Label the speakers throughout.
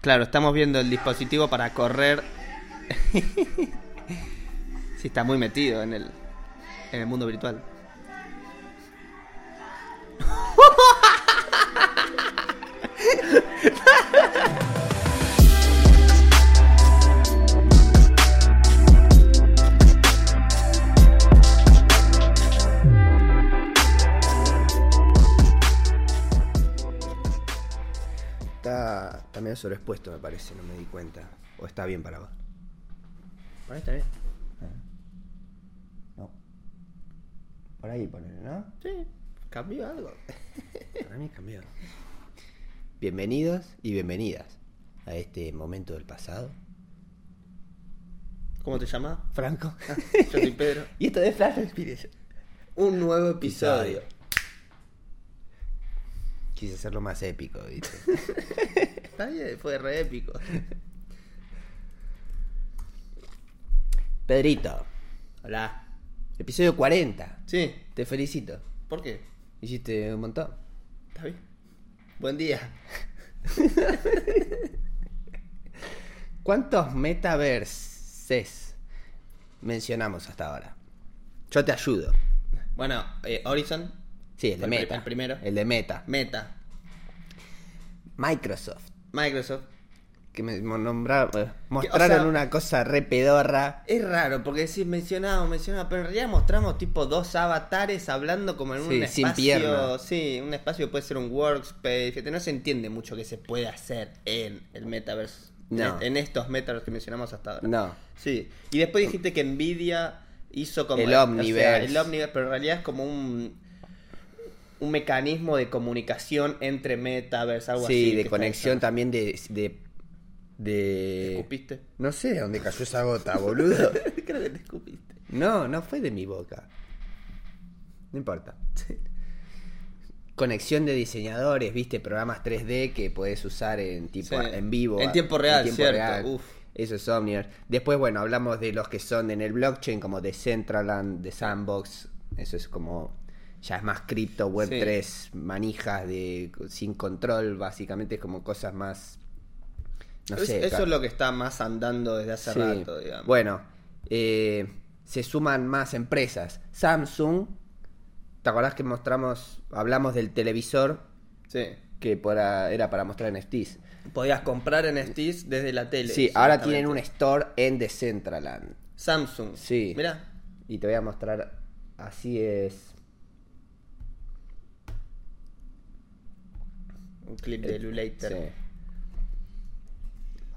Speaker 1: Claro, estamos viendo el dispositivo para correr. sí, está muy metido en el, en el mundo virtual.
Speaker 2: Está, está medio sobreexpuesto, me parece, no me di cuenta. O está bien para vos.
Speaker 1: Por ahí está bien.
Speaker 2: No. Por ahí ponele, ¿no?
Speaker 1: Sí, cambió algo.
Speaker 2: Para mí cambió. Bienvenidos y bienvenidas a este momento del pasado.
Speaker 1: ¿Cómo te llamas?
Speaker 2: Franco.
Speaker 1: Ah, Yo soy Pedro.
Speaker 2: y esto es Flash Experience.
Speaker 1: Un nuevo
Speaker 2: Episodio. Quise hacerlo más épico, ¿viste?
Speaker 1: Está bien, fue re épico.
Speaker 2: Pedrito,
Speaker 1: Hola.
Speaker 2: episodio 40.
Speaker 1: Sí,
Speaker 2: Te felicito.
Speaker 1: ¿por qué?
Speaker 2: Hiciste un montón.
Speaker 1: Está bien. Buen día.
Speaker 2: ¿Cuántos metaverses mencionamos hasta ahora? Yo te ayudo.
Speaker 1: Bueno, eh, Horizon,
Speaker 2: Sí, el de
Speaker 1: El pri-
Speaker 2: Meta.
Speaker 1: el primero.
Speaker 2: El de Meta.
Speaker 1: Meta,
Speaker 2: Microsoft.
Speaker 1: Microsoft.
Speaker 2: Que me mo- nombra- eh, mostraron
Speaker 1: sea-
Speaker 2: una cosa re pedorra.
Speaker 1: Es raro, porque si mencionamos, mencionamos, pero en realidad mostramos tipo dos avatares hablando como en un
Speaker 2: Sí, sin
Speaker 1: espacio.
Speaker 2: pierna.
Speaker 1: Sí, un espacio que puede ser un workspace. que No se entiende mucho que se puede hacer en el metaverse.
Speaker 2: No.
Speaker 1: En, en estos metaverse que mencionamos hasta ahora.
Speaker 2: No.
Speaker 1: Sí. Y después dijiste que Nvidia hizo como.
Speaker 2: El
Speaker 1: o sea,
Speaker 2: Omniverse.
Speaker 1: el Omniverse, pero en realidad es como un. Un mecanismo de comunicación entre metaverse, algo así.
Speaker 2: Sí,
Speaker 1: que
Speaker 2: de
Speaker 1: está
Speaker 2: conexión
Speaker 1: usando.
Speaker 2: también de. de, de-
Speaker 1: ¿Escupiste?
Speaker 2: No sé de dónde cayó esa gota, boludo.
Speaker 1: Creo que te escupiste.
Speaker 2: No, no fue de mi boca. No importa. Conexión de diseñadores, viste, programas 3D que podés usar en tipo
Speaker 1: Sí.
Speaker 2: en vivo.
Speaker 1: En tiempo real, cierto, uf.
Speaker 2: Eso es Omniverse. Después, bueno, hablamos de los que son en el blockchain, como de Centraland, de Sandbox. Eso es como. Ya es más cripto, web
Speaker 1: Sí.
Speaker 2: 3, manijas de sin control, básicamente es como cosas más. No
Speaker 1: Es-
Speaker 2: sé.
Speaker 1: eso
Speaker 2: ca-
Speaker 1: es lo que está más andando desde hace
Speaker 2: Sí.
Speaker 1: rato, digamos.
Speaker 2: Bueno, eh, se suman más empresas. Samsung, ¿te acordás que mostramos, hablamos del televisor
Speaker 1: Sí.
Speaker 2: que para- era para mostrar NFTs?
Speaker 1: Podías comprar NFTs desde la tele.
Speaker 2: Sí, ahora
Speaker 1: exactamente.
Speaker 2: tienen un store en Decentraland.
Speaker 1: Samsung.
Speaker 2: Sí.
Speaker 1: Mirá.
Speaker 2: Y te voy a mostrar, así es.
Speaker 1: Un clip
Speaker 2: Eh,
Speaker 1: de Lulater.
Speaker 2: Sí.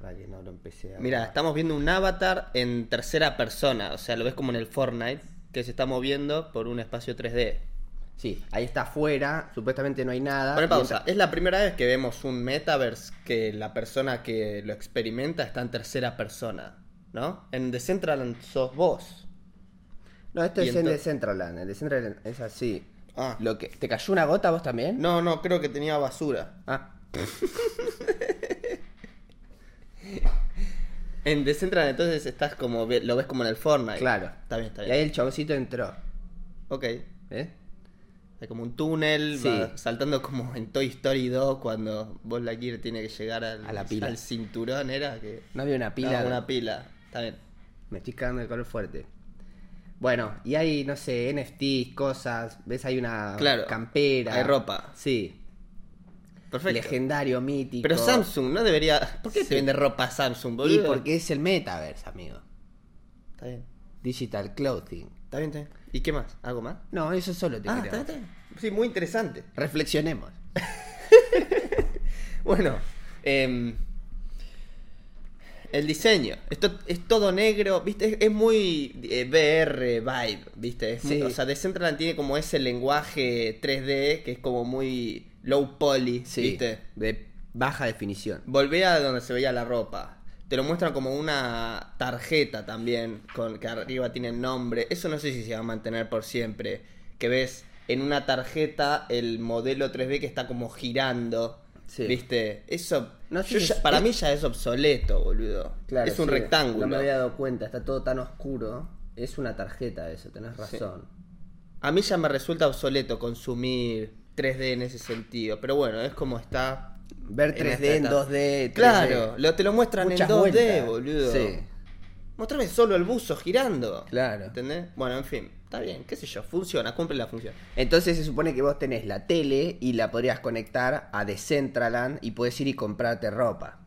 Speaker 2: Para que no lo empecé a...
Speaker 1: Mira, estamos viendo un avatar en tercera persona. O sea, lo ves como en el Fortnite, que se está moviendo por un espacio 3D.
Speaker 2: Sí, ahí está afuera, supuestamente no hay nada.
Speaker 1: Poné pausa. Es la primera vez que vemos un metaverse que la persona que lo experimenta está en tercera persona. ¿No? En Decentraland sos vos.
Speaker 2: No, esto
Speaker 1: Y
Speaker 2: es en
Speaker 1: ento-
Speaker 2: Decentraland, en Decentraland es así.
Speaker 1: Ah.
Speaker 2: Lo que... ¿Te cayó una gota a vos también?
Speaker 1: No, no, creo que tenía basura.
Speaker 2: Ah,
Speaker 1: En Decentraland entonces estás como ve- lo ves como en el Fortnite.
Speaker 2: Claro.
Speaker 1: Está bien, está
Speaker 2: Y ahí
Speaker 1: bien.
Speaker 2: el chaboncito entró.
Speaker 1: Ok.
Speaker 2: ¿eh?
Speaker 1: Hay como un túnel,
Speaker 2: Sí.
Speaker 1: va saltando como en Toy Story 2 cuando Buzz Lightyear tiene que llegar al,
Speaker 2: A la pila.
Speaker 1: al cinturón, era que
Speaker 2: No había una pila.
Speaker 1: Ah, una pila. Está bien.
Speaker 2: Me estoy cagando de color fuerte. Bueno, y hay, no sé, NFTs, cosas. ¿Ves? Hay una
Speaker 1: Claro,
Speaker 2: campera.
Speaker 1: hay ropa.
Speaker 2: Sí.
Speaker 1: Perfecto.
Speaker 2: Legendario, mítico.
Speaker 1: Pero Samsung no debería. ¿Por qué
Speaker 2: Sí.
Speaker 1: te vende ropa Samsung,
Speaker 2: Y
Speaker 1: boludo?
Speaker 2: porque es el metaverse, amigo.
Speaker 1: Está bien.
Speaker 2: Digital clothing.
Speaker 1: Está bien, está bien. ¿Y qué más? ¿Algo más?
Speaker 2: No, eso solo te
Speaker 1: Ah,
Speaker 2: quería-
Speaker 1: está bien, está bien. Sí, muy interesante.
Speaker 2: Reflexionemos.
Speaker 1: Bueno, em, el diseño. Esto es todo negro, ¿viste? Es, es muy eh, VR vibe, ¿viste? Es muy-
Speaker 2: Sí.
Speaker 1: o sea, Decentraland tiene como ese lenguaje 3D que es como muy low poly,
Speaker 2: Sí.
Speaker 1: ¿viste?
Speaker 2: De baja definición.
Speaker 1: Volvé a donde se veía la ropa. Te lo muestran como una tarjeta también, con que arriba tiene el nombre. Eso no sé si se va a mantener por siempre. Que ves en una tarjeta el modelo 3D que está como girando.
Speaker 2: Sí.
Speaker 1: ¿Viste? Eso.
Speaker 2: No sé
Speaker 1: yo
Speaker 2: si
Speaker 1: ya-
Speaker 2: es-
Speaker 1: para mí ya es obsoleto, boludo. es un
Speaker 2: sí,
Speaker 1: rectángulo.
Speaker 2: No me había dado cuenta, está todo tan oscuro. Es una tarjeta eso, tenés
Speaker 1: Sí.
Speaker 2: razón.
Speaker 1: A mí ya me resulta obsoleto consumir 3D en ese sentido. Pero bueno, es como está.
Speaker 2: Ver 3D en este
Speaker 1: esta
Speaker 2: 2D. 3D.
Speaker 1: Claro, lo, te lo muestran en
Speaker 2: Muchas
Speaker 1: 2D,
Speaker 2: vueltas.
Speaker 1: boludo.
Speaker 2: Sí.
Speaker 1: Mostrame solo el buzo girando.
Speaker 2: Claro.
Speaker 1: ¿Entendés? Bueno, en fin, está bien, qué sé yo, funciona, cumple la función.
Speaker 2: Entonces se supone que vos tenés la tele y la podrías conectar a Decentraland y puedes ir y comprarte ropa.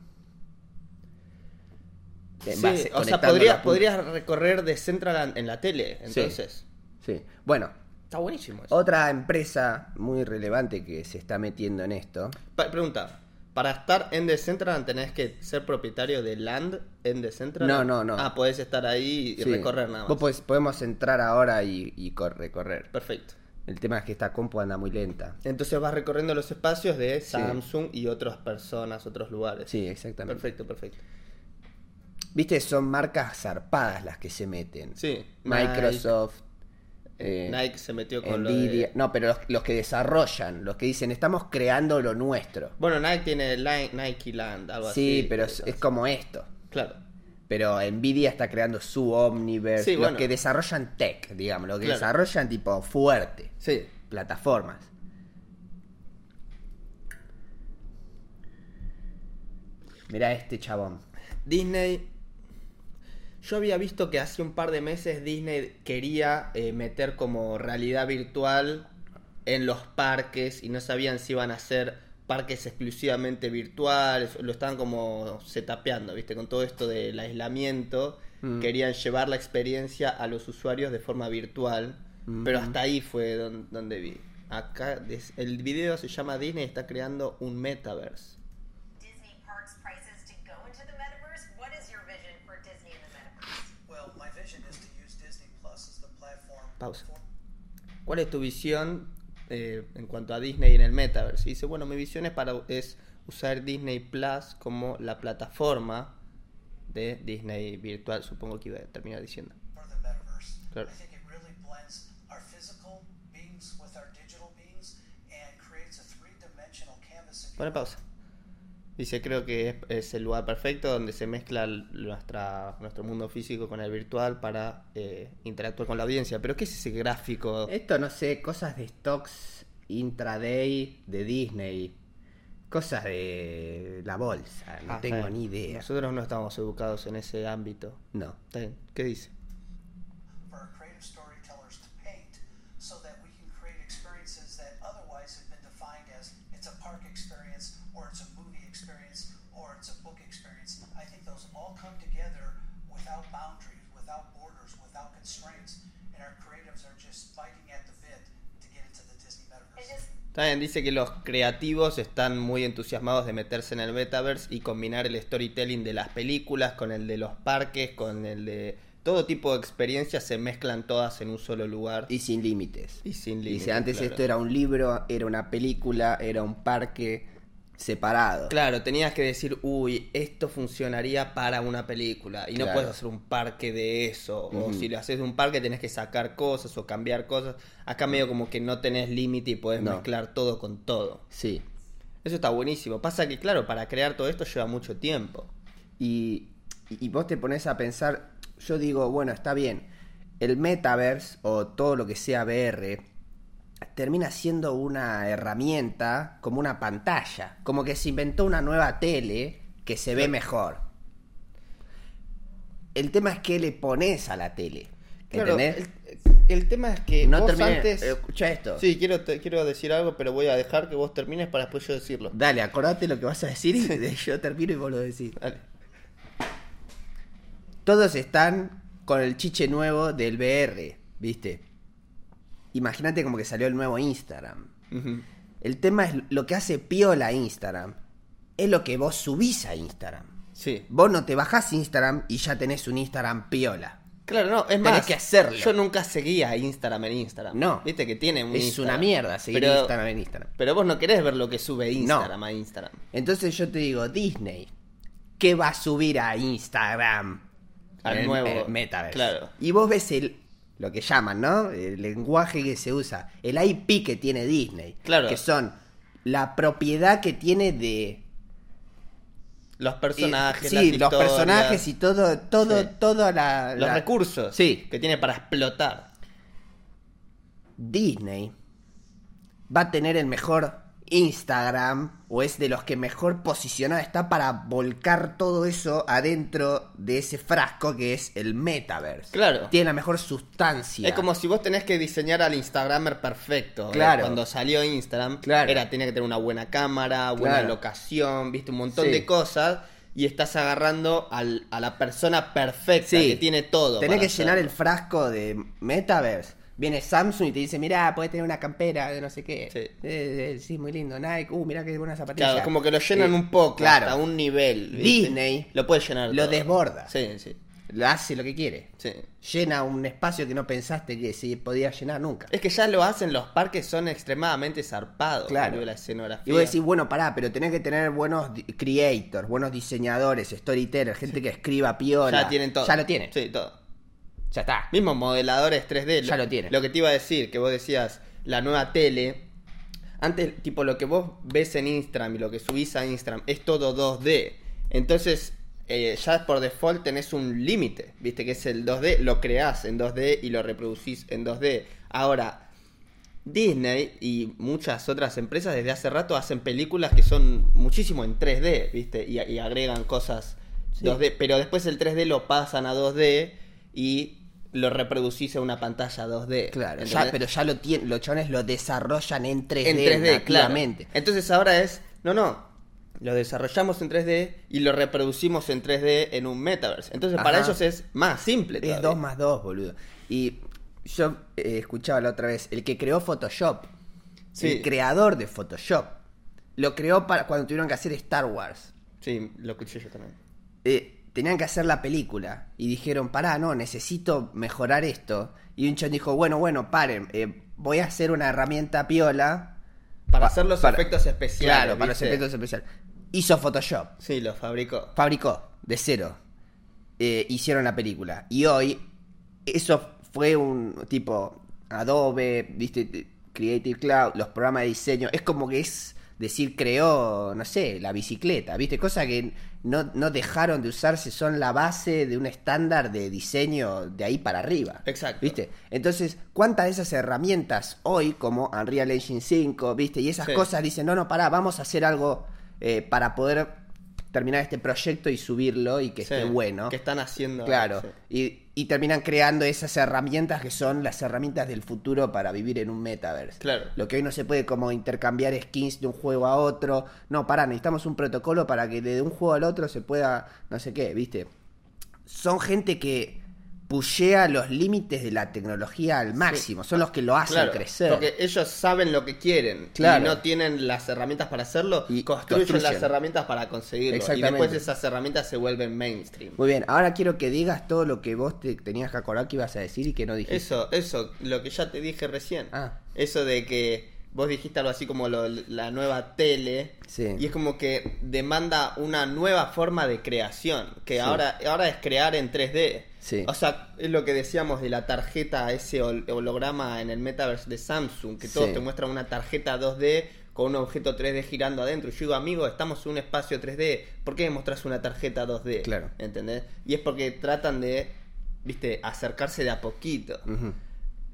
Speaker 2: Te
Speaker 1: Sí,
Speaker 2: vas
Speaker 1: o sea,
Speaker 2: conectando
Speaker 1: podrías,
Speaker 2: la pu-
Speaker 1: podrías recorrer de Central en la tele, entonces.
Speaker 2: Sí. Bueno,
Speaker 1: Está buenísimo eso.
Speaker 2: otra empresa muy relevante que se está metiendo en esto.
Speaker 1: Pa- pregunta, ¿para estar en Decentraland tenés que ser propietario de land en Decentraland?
Speaker 2: No, no, no.
Speaker 1: Ah, podés estar ahí y
Speaker 2: Sí.
Speaker 1: recorrer nada más.
Speaker 2: Vos podés- podemos entrar ahora y, y cor- recorrer.
Speaker 1: Perfecto.
Speaker 2: El tema es que esta compu anda muy lenta.
Speaker 1: Entonces vas recorriendo los espacios de Samsung y otras personas, otros lugares.
Speaker 2: Sí, exactamente.
Speaker 1: Perfecto, perfecto.
Speaker 2: Viste, son marcas zarpadas las que se meten.
Speaker 1: Sí.
Speaker 2: Microsoft. eh,
Speaker 1: Nike, Nike se metió con lo
Speaker 2: Nvidia.
Speaker 1: de...
Speaker 2: No, pero los, los que desarrollan, los que dicen, estamos creando lo nuestro.
Speaker 1: Bueno, Nike tiene Li- Nike Land, algo así.
Speaker 2: Sí, pero es, es como esto.
Speaker 1: Claro.
Speaker 2: Pero Nvidia está creando su Omniverse.
Speaker 1: Sí,
Speaker 2: los
Speaker 1: bueno.
Speaker 2: que desarrollan tech, digamos, los que
Speaker 1: Claro.
Speaker 2: desarrollan tipo fuerte,
Speaker 1: Sí.
Speaker 2: plataformas. Mira este chabón.
Speaker 1: Disney... Yo había visto que hace un par de meses Disney quería eh, meter como realidad virtual en los parques y no sabían si iban a ser parques exclusivamente virtuales, lo estaban como setapeando, ¿viste? Con todo esto del aislamiento, querían llevar la experiencia a los usuarios de forma virtual, pero hasta ahí fue don- donde vi. Acá des- el video se llama Disney está creando un metaverse.
Speaker 3: Disney Parks prices to go into the metaverse. What is your vision for Disney in the metaverse?
Speaker 4: Well, my vision is to use Disney Plus as the platform.
Speaker 1: Pausa.
Speaker 4: for-
Speaker 1: ¿Cuál es tu visión eh, en cuanto a Disney en el metaverse? Y dice, bueno, mi visión es para es usar Disney Plus como la plataforma de Disney virtual, supongo que iba a terminar diciendo.
Speaker 4: for the metaverse.
Speaker 1: Claro.
Speaker 4: I think it really blends our physical beings with our digital beings and creates a three-dimensional canvas. if you
Speaker 1: Pone pausa. Dice, creo que es, es el lugar perfecto donde se mezcla l- nuestra, nuestro mundo físico con el virtual para eh, interactuar con la audiencia. Pero ¿qué es ese gráfico?
Speaker 2: Esto no sé, cosas de stocks intraday de Disney. Cosas de la bolsa, no
Speaker 1: Ah,
Speaker 2: tengo
Speaker 1: eh,
Speaker 2: ni idea.
Speaker 1: Nosotros no estamos educados en ese ámbito.
Speaker 2: No.
Speaker 1: Está bien. ¿Qué dice?
Speaker 4: for our creative storytellers to paint so that we can create experiences that otherwise have been defined as it's a park experience or it's a movie experience or it's a book experience. I think those all come together without boundaries, without borders, without constraints, and our creatives are just biting at the bit to get into the Disney metaverse.
Speaker 3: It's just
Speaker 1: Está bien, dice que los creativos están muy entusiasmados de meterse en el metaverse y combinar el storytelling de las películas con el de los parques, con el de todo tipo de experiencias, se mezclan todas en un solo lugar
Speaker 2: Y sin límites.
Speaker 1: y sin límites.
Speaker 2: Dice, antes
Speaker 1: claro.
Speaker 2: esto era un libro, era una película, era un parque separado.
Speaker 1: Claro, tenías que decir, uy, esto funcionaría para una película. Y no
Speaker 2: Claro.
Speaker 1: puedes hacer un parque de eso. O si lo haces de un parque, tenés que sacar cosas o cambiar cosas. Acá medio como que no tenés límite y podés
Speaker 2: No.
Speaker 1: mezclar todo con todo.
Speaker 2: Sí.
Speaker 1: Eso está buenísimo. Pasa que, claro, para crear todo esto lleva mucho tiempo.
Speaker 2: Y, y vos te pones a pensar, yo digo, bueno, está bien, el metaverse o todo lo que sea VR termina siendo una herramienta como una pantalla, como que se inventó una nueva tele que se ve mejor. El tema es que le pones a la tele,
Speaker 1: Claro,
Speaker 2: ¿entendés?
Speaker 1: el, el tema es que
Speaker 2: no
Speaker 1: vos
Speaker 2: terminé-
Speaker 1: antes...
Speaker 2: escucha esto.
Speaker 1: Sí, quiero, te- quiero decir algo, pero voy a dejar que vos termines para después yo decirlo.
Speaker 2: Dale, acordate lo que vas a decir y de- yo termino y vos lo decís.
Speaker 1: Dale.
Speaker 2: Todos están con el chiche nuevo del VR, ¿viste? Imagínate como que salió el nuevo Instagram.
Speaker 1: Ujú.
Speaker 2: El tema es lo que hace piola Instagram. Es lo que vos subís a Instagram.
Speaker 1: Sí.
Speaker 2: Vos no te bajás Instagram y ya tenés un Instagram piola.
Speaker 1: Claro, no, es
Speaker 2: Tenés
Speaker 1: más...
Speaker 2: que hacerlo.
Speaker 1: Yo nunca seguía Instagram en Instagram.
Speaker 2: No.
Speaker 1: Viste que tiene un
Speaker 2: es una
Speaker 1: Instagram.
Speaker 2: mierda seguir
Speaker 1: pero,
Speaker 2: Instagram en Instagram.
Speaker 1: Pero vos no querés ver lo que sube Instagram a Instagram.
Speaker 2: Entonces yo te digo, Disney, ¿qué va a subir a Instagram?
Speaker 1: Al
Speaker 2: En el-
Speaker 1: nuevo.
Speaker 2: eh, Metaverse.
Speaker 1: Claro.
Speaker 2: Y vos ves el, lo que llaman, ¿no? El lenguaje que se usa. El IP que tiene Disney.
Speaker 1: Claro.
Speaker 2: Que son la propiedad que tiene de... eh,
Speaker 1: Los personajes,
Speaker 2: sí,
Speaker 1: las
Speaker 2: los
Speaker 1: historias,
Speaker 2: personajes y todo, todo,
Speaker 1: Sí.
Speaker 2: todo la...
Speaker 1: los
Speaker 2: la-
Speaker 1: recursos
Speaker 2: Sí.
Speaker 1: que tiene para explotar.
Speaker 2: Disney va a tener el mejor Instagram o es de los que mejor posicionada está para volcar todo eso adentro de ese frasco que es el metaverse.
Speaker 1: Claro.
Speaker 2: Tiene la mejor sustancia.
Speaker 1: Es como si vos tenés que diseñar al Instagramer perfecto. ¿eh?
Speaker 2: Claro.
Speaker 1: Cuando salió Instagram,
Speaker 2: Claro.
Speaker 1: era tenía que tener una buena cámara, buena
Speaker 2: Claro.
Speaker 1: locación, viste un montón
Speaker 2: Sí.
Speaker 1: de cosas y estás agarrando al- a la persona perfecta
Speaker 2: Sí.
Speaker 1: que tiene todo.
Speaker 2: Tenés
Speaker 1: para
Speaker 2: que llenar el
Speaker 1: hacerlo.
Speaker 2: frasco de metaverse. Viene Samsung y te dice, mirá, podés tener una campera de no sé qué.
Speaker 1: Sí.
Speaker 2: Eh, eh, sí, muy lindo. Nike, uh, mirá qué buena zapatilla.
Speaker 1: Claro, como que lo llenan
Speaker 2: Eh,
Speaker 1: un poco,
Speaker 2: claro.
Speaker 1: hasta un nivel. ¿viste?
Speaker 2: Disney
Speaker 1: lo puede llenar.
Speaker 2: lo
Speaker 1: todo.
Speaker 2: desborda.
Speaker 1: Sí, sí,
Speaker 2: Lo hace lo que quiere.
Speaker 1: sí.
Speaker 2: Llena un espacio que no pensaste que se podía llenar nunca.
Speaker 1: Es que ya lo hacen, los parques son extremadamente zarpados.
Speaker 2: Claro.
Speaker 1: boludo, La escenografía.
Speaker 2: Y vos decís, bueno, pará, pero tenés que tener buenos di- creators, buenos diseñadores, storytellers, gente que escriba piola.
Speaker 1: ya tienen todo.
Speaker 2: Ya lo tienen.
Speaker 1: Sí, todo.
Speaker 2: Ya está.
Speaker 1: Mismos modeladores 3D.
Speaker 2: Ya lo tiene.
Speaker 1: Lo que te iba a decir, que vos decías, la nueva tele. Antes, tipo, lo que vos ves en Instagram y lo que subís a Instagram es todo 2D. Entonces, eh, ya por default tenés un límite, viste, que es el 2D. Lo creás en 2D y lo reproducís en 2D. Ahora, Disney y muchas otras empresas desde hace rato hacen películas que son muchísimo en 3D, ¿viste? Y, y agregan cosas 2D, pero después el 3D lo pasan a 2D y lo reproducís a una pantalla 2D.
Speaker 2: Claro,
Speaker 1: ¿entendés?
Speaker 2: ya, pero ya lo tienen, los chones lo desarrollan en 3D,
Speaker 1: en 3D, claro.
Speaker 2: nativamente.
Speaker 1: Entonces ahora es, no, no, lo desarrollamos en 3D y lo reproducimos en 3D en un metaverse. Entonces para
Speaker 2: Ajá.
Speaker 1: ellos es más simple.
Speaker 2: Es
Speaker 1: todavía.
Speaker 2: 2 más 2, boludo. Y yo eh, escuchaba la otra vez, el que creó Photoshop,
Speaker 1: Sí.
Speaker 2: el creador de Photoshop, lo creó para cuando tuvieron que hacer Star Wars.
Speaker 1: Sí, lo escuché yo también.
Speaker 2: Eh, tenían que hacer la película y dijeron, pará, no, necesito mejorar esto. Y un chon dijo, bueno, bueno, paren, eh, voy a hacer una herramienta piola.
Speaker 1: Para
Speaker 2: Pa-
Speaker 1: hacer los
Speaker 2: para-
Speaker 1: efectos especiales.
Speaker 2: claro, para los
Speaker 1: ¿viste?
Speaker 2: efectos especiales. Hizo Photoshop.
Speaker 1: Sí, los fabricó.
Speaker 2: fabricó de cero. Eh, hicieron la película. Y hoy, eso fue un tipo Adobe, viste, t- Creative Cloud, los programas de diseño. Es como que es decir, creó, no sé, la bicicleta, viste, cosas que no, no dejaron de usarse, son la base de un estándar de diseño de ahí para arriba.
Speaker 1: Exacto.
Speaker 2: ¿Viste? Entonces, ¿cuántas de esas herramientas hoy, como Unreal Engine 5, viste, y esas
Speaker 1: Sí.
Speaker 2: cosas dicen, no, no, pará, vamos a hacer algo eh, para poder terminar este proyecto y subirlo y que
Speaker 1: Sí,
Speaker 2: esté bueno.
Speaker 1: Que están haciendo.
Speaker 2: claro.
Speaker 1: sí.
Speaker 2: Y, y terminan creando esas herramientas que son las herramientas del futuro para vivir en un metaverse.
Speaker 1: Claro.
Speaker 2: Lo que hoy no se puede como intercambiar skins de un juego a otro. No, pará, necesitamos un protocolo para que de un juego al otro se pueda, no sé qué, viste. Son gente que pushea los límites de la tecnología al máximo. Son los que lo hacen
Speaker 1: Claro,
Speaker 2: crecer.
Speaker 1: Porque ellos saben lo que quieren
Speaker 2: Claro.
Speaker 1: y no tienen las herramientas para hacerlo,
Speaker 2: Y
Speaker 1: y construyen,
Speaker 2: construyen.
Speaker 1: las herramientas para conseguirlo.
Speaker 2: Exactamente.
Speaker 1: Y después esas herramientas se vuelven mainstream.
Speaker 2: Muy bien, ahora quiero que digas todo lo que vos te tenías que acordar que ibas a decir y que no dijiste.
Speaker 1: Eso, eso, lo que ya te dije recién.
Speaker 2: Ah.
Speaker 1: Eso de que vos dijiste algo así como lo- la nueva tele.
Speaker 2: Sí.
Speaker 1: Y es como que demanda una nueva forma de creación. Que
Speaker 2: Sí.
Speaker 1: ahora, ahora es crear en 3D.
Speaker 2: Sí.
Speaker 1: O sea, es lo que decíamos de la tarjeta, ese hol- holograma en el metaverse de Samsung, que todos
Speaker 2: Sí.
Speaker 1: te muestran una tarjeta 2D con un objeto 3D girando adentro. Y yo digo, amigo, estamos en un espacio 3D. ¿Por qué me mostrás una tarjeta 2D?
Speaker 2: Claro.
Speaker 1: ¿Entendés? Y es porque tratan de, viste, acercarse de a poquito.
Speaker 2: Ujú.